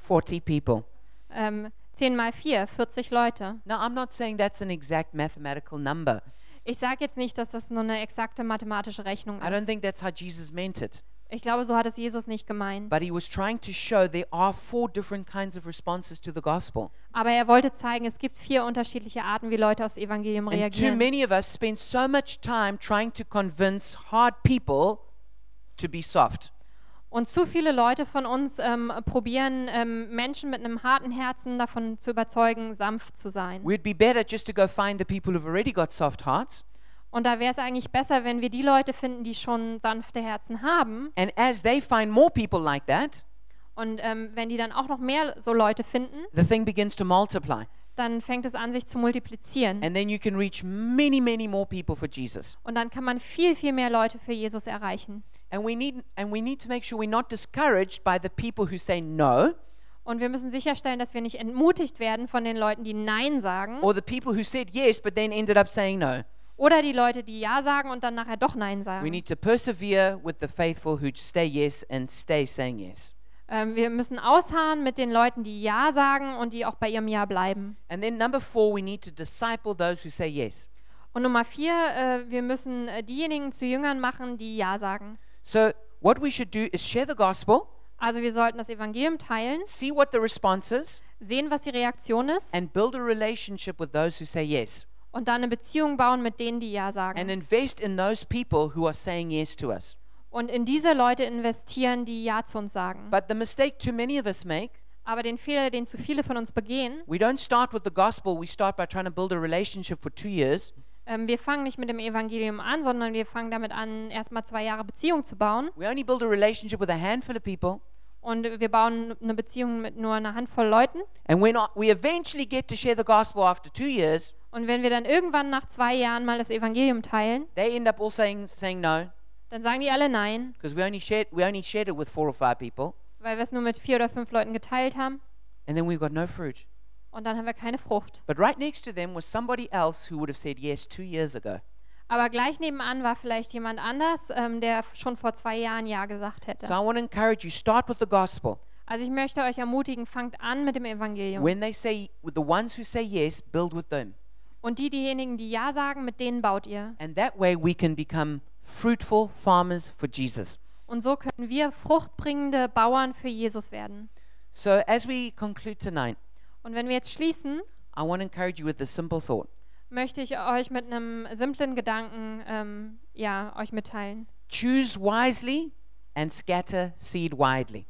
[SPEAKER 1] 40 people.
[SPEAKER 2] Ähm, zehn mal vier, 40 Leute.
[SPEAKER 1] Now, I'm not saying that's an exact mathematical number.
[SPEAKER 2] Ich sage jetzt nicht, dass das nur eine exakte mathematische Rechnung
[SPEAKER 1] I don't
[SPEAKER 2] ist.
[SPEAKER 1] think that's how Jesus meant it.
[SPEAKER 2] Ich glaube, so hat es Jesus nicht gemeint.
[SPEAKER 1] But he was trying to show there are four different kinds of responses to the gospel.
[SPEAKER 2] Aber er wollte zeigen, es gibt vier unterschiedliche Arten, wie Leute aufs Evangelium
[SPEAKER 1] And too
[SPEAKER 2] reagieren.
[SPEAKER 1] many of us spend so much time trying to convince hard people to be soft.
[SPEAKER 2] Und zu viele Leute von uns ähm, probieren, ähm, Menschen mit einem harten Herzen davon zu überzeugen, sanft zu sein.
[SPEAKER 1] We'd be better just to go find the people who've already got soft hearts.
[SPEAKER 2] Und da wäre es eigentlich besser, wenn wir die Leute finden, die schon sanfte Herzen haben.
[SPEAKER 1] And as they find more people like that,
[SPEAKER 2] Und ähm, wenn die dann auch noch mehr so Leute finden,
[SPEAKER 1] the thing begins to multiply.
[SPEAKER 2] dann fängt es an, sich zu multiplizieren.
[SPEAKER 1] And then you can reach many, many more people for Jesus.
[SPEAKER 2] Und dann kann man viel, viel mehr Leute für Jesus erreichen.
[SPEAKER 1] And we need and we need to make sure we're not discouraged by the people who say no
[SPEAKER 2] Und wir müssen sicherstellen, dass wir nicht entmutigt werden von den Leuten, die Nein sagen
[SPEAKER 1] or the people who said yes but then ended up saying no.
[SPEAKER 2] oder die Leute, die Ja sagen und dann nachher doch Nein
[SPEAKER 1] We
[SPEAKER 2] sagen.
[SPEAKER 1] need to persevere with the faithful who stay yes and stay saying yes.
[SPEAKER 2] Ähm, wir müssen ausharren mit den Leuten, die Ja sagen und die auch bei ihrem Ja bleiben.
[SPEAKER 1] And then number 4 we need to disciple those who say yes.
[SPEAKER 2] Und Nummer vier, äh, wir müssen äh, diejenigen zu Jüngern machen, die Ja sagen.
[SPEAKER 1] So what we should do is share the gospel,
[SPEAKER 2] Also wir sollten das Evangelium teilen,
[SPEAKER 1] see what the response is,
[SPEAKER 2] sehen, was die Reaktion ist
[SPEAKER 1] and build a relationship with those who say yes
[SPEAKER 2] und dann eine Beziehung bauen mit denen, die Ja
[SPEAKER 1] and
[SPEAKER 2] sagen.
[SPEAKER 1] invest in those people who are saying yes to us.
[SPEAKER 2] Und in diese Leute investieren, die Ja zu uns sagen.
[SPEAKER 1] But the mistake too many of us make,
[SPEAKER 2] Aber den Fehler, den zu viele von uns begehen,
[SPEAKER 1] we don't start with the gospel, we start by trying to build a relationship for 2 years.
[SPEAKER 2] Ähm, wir fangen nicht mit dem Evangelium an, sondern wir fangen damit an, erstmal zwei Jahre Beziehung zu bauen.
[SPEAKER 1] We only build a relationship with a handful of people.
[SPEAKER 2] Und wir bauen eine Beziehung mit nur einer Handvoll Leuten.
[SPEAKER 1] And when uh, we eventually get to share the gospel after 2 years,
[SPEAKER 2] Und wenn wir dann irgendwann nach zwei Jahren mal das Evangelium teilen,
[SPEAKER 1] they end up all saying saying no
[SPEAKER 2] dann sagen die alle nein,
[SPEAKER 1] because we only shared we only shared it with four or five people,
[SPEAKER 2] weil wir es nur mit vier oder fünf Leuten geteilt haben.
[SPEAKER 1] and then we got no fruit.
[SPEAKER 2] Und dann haben wir keine Frucht.
[SPEAKER 1] But right next to them was somebody else who would have said yes two years ago.
[SPEAKER 2] Aber gleich nebenan war vielleicht jemand anders, ähm, der schon vor zwei Jahren Ja gesagt
[SPEAKER 1] So
[SPEAKER 2] hätte.
[SPEAKER 1] I want to encourage you: start with the gospel.
[SPEAKER 2] Also ich möchte euch ermutigen, fangt an mit dem Evangelium.
[SPEAKER 1] When they say with the ones who say yes, build with them,
[SPEAKER 2] Und die, diejenigen, die Ja sagen, mit denen baut ihr.
[SPEAKER 1] and that way we can become fruitful farmers for Jesus.
[SPEAKER 2] Und so können wir fruchtbringende Bauern für Jesus werden.
[SPEAKER 1] So as we conclude tonight,
[SPEAKER 2] Und wenn wir jetzt schließen,
[SPEAKER 1] I want to encourage you with this simple thought:
[SPEAKER 2] möchte ich euch mit einem simplen Gedanken ähm, ja, euch mitteilen.
[SPEAKER 1] Choose wisely and scatter seed widely.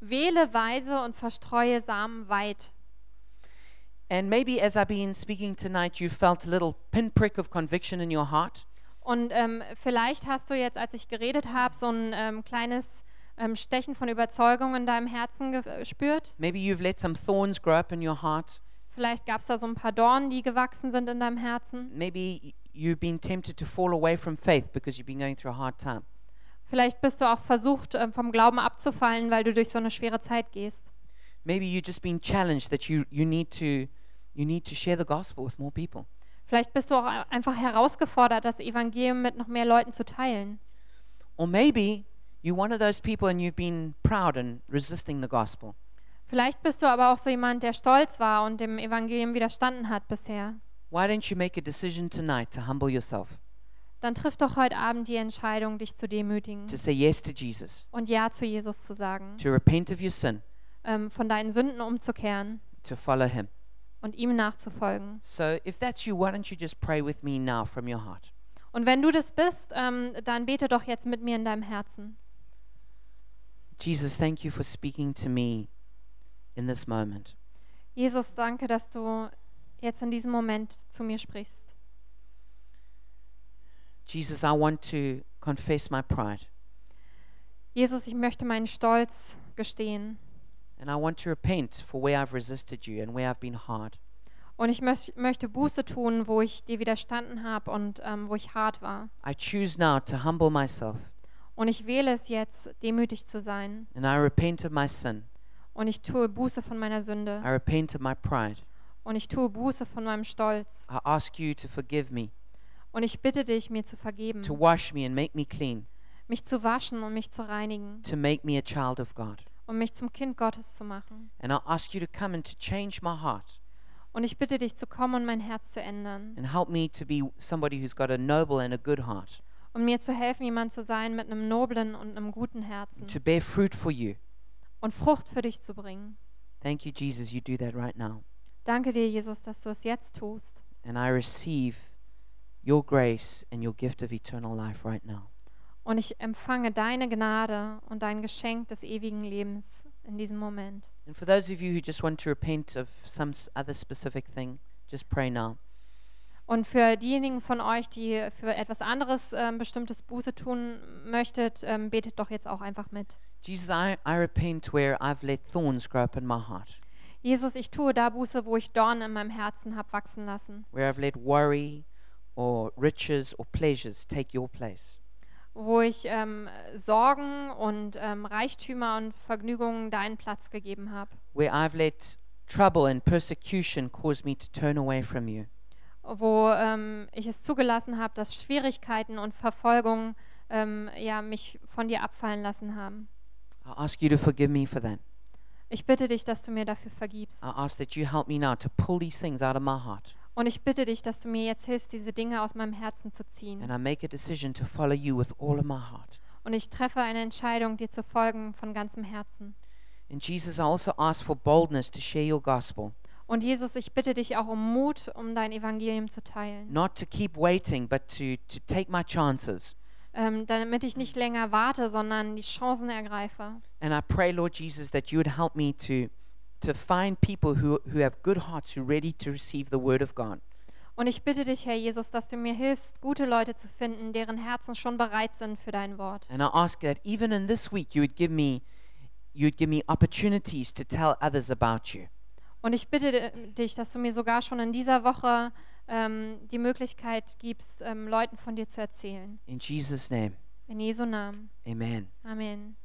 [SPEAKER 2] Wähle weise und verstreue Samen weit.
[SPEAKER 1] And maybe as I've been speaking tonight, you felt a little pinprick of conviction in your heart.
[SPEAKER 2] Und ähm, vielleicht hast du jetzt, als ich geredet habe, so ein ähm, kleines ähm, Stechen von Überzeugung in deinem Herzen ge- gespürt.
[SPEAKER 1] Maybe you've let some thorns grow up in your heart.
[SPEAKER 2] Vielleicht gab es da so ein paar Dornen, die gewachsen sind in deinem Herzen.
[SPEAKER 1] Maybe y- you've been tempted to fall away from faith because you've been going through a hard time.
[SPEAKER 2] Vielleicht bist du auch versucht, ähm, vom Glauben abzufallen, weil du durch so eine schwere Zeit gehst.
[SPEAKER 1] Maybe you've just been challenged that you, you need to you need to share the gospel with more people.
[SPEAKER 2] Vielleicht bist du auch a- einfach herausgefordert, das Evangelium mit noch mehr Leuten zu teilen.
[SPEAKER 1] Or maybe you're one of those people and you've been proud and resisting the gospel.
[SPEAKER 2] Vielleicht bist du aber auch so jemand, der stolz war und dem Evangelium widerstanden hat bisher.
[SPEAKER 1] Why don't you make a decision tonight to humble yourself,
[SPEAKER 2] Dann triff doch heute Abend die Entscheidung, dich zu demütigen
[SPEAKER 1] to say yes to Jesus,
[SPEAKER 2] und Ja zu Jesus zu sagen,
[SPEAKER 1] to repent of your sin,
[SPEAKER 2] ähm, von deinen Sünden umzukehren
[SPEAKER 1] to follow him?
[SPEAKER 2] und ihm nachzufolgen.
[SPEAKER 1] So if that's you, why don't you just pray with me now from your heart?
[SPEAKER 2] Und wenn du das bist, ähm, dann bete doch jetzt mit mir in deinem Herzen.
[SPEAKER 1] Jesus, thank you for speaking to me in this moment.
[SPEAKER 2] Jesus, danke, dass du jetzt in diesem Moment zu mir sprichst.
[SPEAKER 1] Jesus, I want to confess my pride
[SPEAKER 2] Jesus, ich möchte meinen Stolz gestehen
[SPEAKER 1] and I want to repent for where I've resisted you and where I've been hard.
[SPEAKER 2] und ich möch, möchte Buße tun, wo ich dir widerstanden habe und ähm, wo ich hart war.
[SPEAKER 1] I choose now to humble myself
[SPEAKER 2] Und ich wähle es jetzt, demütig zu sein.
[SPEAKER 1] and I repent of my sin.
[SPEAKER 2] Und ich tue Buße von meiner Sünde.
[SPEAKER 1] I repent of my pride.
[SPEAKER 2] Und ich tue Buße von meinem Stolz.
[SPEAKER 1] I ask you to forgive me,
[SPEAKER 2] Und ich bitte dich, mir zu vergeben,
[SPEAKER 1] to wash me and make me clean,
[SPEAKER 2] mich zu waschen und mich zu reinigen
[SPEAKER 1] to make me a child of God.
[SPEAKER 2] und mich zum Kind Gottes zu machen.
[SPEAKER 1] And I ask you to come and to change my heart
[SPEAKER 2] Und ich bitte dich, zu kommen und mein Herz zu ändern
[SPEAKER 1] and help me to be somebody who's got a noble and a good heart,
[SPEAKER 2] und mir zu helfen, jemand zu sein mit einem noblen und einem guten Herzen
[SPEAKER 1] to bear fruit for you.
[SPEAKER 2] und Frucht für dich zu bringen.
[SPEAKER 1] Thank you, Jesus, you do that right now.
[SPEAKER 2] Danke dir, Jesus, dass du es jetzt tust.
[SPEAKER 1] And I receive your grace and your gift of eternal life right now.
[SPEAKER 2] Und ich empfange deine Gnade und dein Geschenk des ewigen Lebens in diesem Moment.
[SPEAKER 1] And for those of you who just want to repent of some s- other specific thing, just pray now.
[SPEAKER 2] Und für diejenigen von euch, die für etwas anderes ähm, bestimmtes Buße tun möchtet, ähm, betet doch jetzt auch einfach mit.
[SPEAKER 1] Jesus, I, I repent where I've let thorns grow up in my heart,
[SPEAKER 2] Jesus, ich tue da Buße, wo ich Dornen in meinem Herzen habe wachsen lassen,
[SPEAKER 1] where I've let worry or riches or pleasures take your place.
[SPEAKER 2] wo ich ähm, Sorgen und ähm, Reichtümer und Vergnügungen deinen Platz gegeben habe,
[SPEAKER 1] where I've let trouble and persecution cause me to turn away from you.
[SPEAKER 2] wo ähm, ich es zugelassen habe, dass Schwierigkeiten und Verfolgung ähm, ja, mich von dir abfallen lassen haben.
[SPEAKER 1] I ask you to forgive me for that.
[SPEAKER 2] Ich bitte dich, dass du mir dafür vergibst.
[SPEAKER 1] I ask that you help me now to pull these things out of my heart.
[SPEAKER 2] Und ich bitte dich, dass du mir jetzt hilfst, diese Dinge aus meinem Herzen zu ziehen.
[SPEAKER 1] And I make a decision to follow you with all of my heart.
[SPEAKER 2] und ich treffe eine Entscheidung, dir zu folgen von ganzem Herzen.
[SPEAKER 1] And Jesus, I also ask for boldness to share your gospel,
[SPEAKER 2] Und Jesus, ich bitte dich auch um Mut, um dein Evangelium zu teilen,
[SPEAKER 1] not to keep waiting, but to, to take my chances.
[SPEAKER 2] ähm, damit ich nicht länger warte, sondern die Chancen ergreife.
[SPEAKER 1] And I pray, Lord Jesus, that you would help me to, to find people who, who have good hearts, who are ready to receive the word of God.
[SPEAKER 2] Und ich bitte dich, Herr Jesus, dass du mir hilfst, gute Leute zu finden, deren Herzen schon bereit sind für dein Wort.
[SPEAKER 1] And I ask that even in this week, you would give me, you would give me opportunities to tell others about you.
[SPEAKER 2] Und ich bitte di- dich, dass du mir sogar schon in dieser Woche ähm, die Möglichkeit gibst, ähm, Leuten von dir zu erzählen.
[SPEAKER 1] In Jesus' name,
[SPEAKER 2] In Jesu Namen.
[SPEAKER 1] Amen.
[SPEAKER 2] Amen.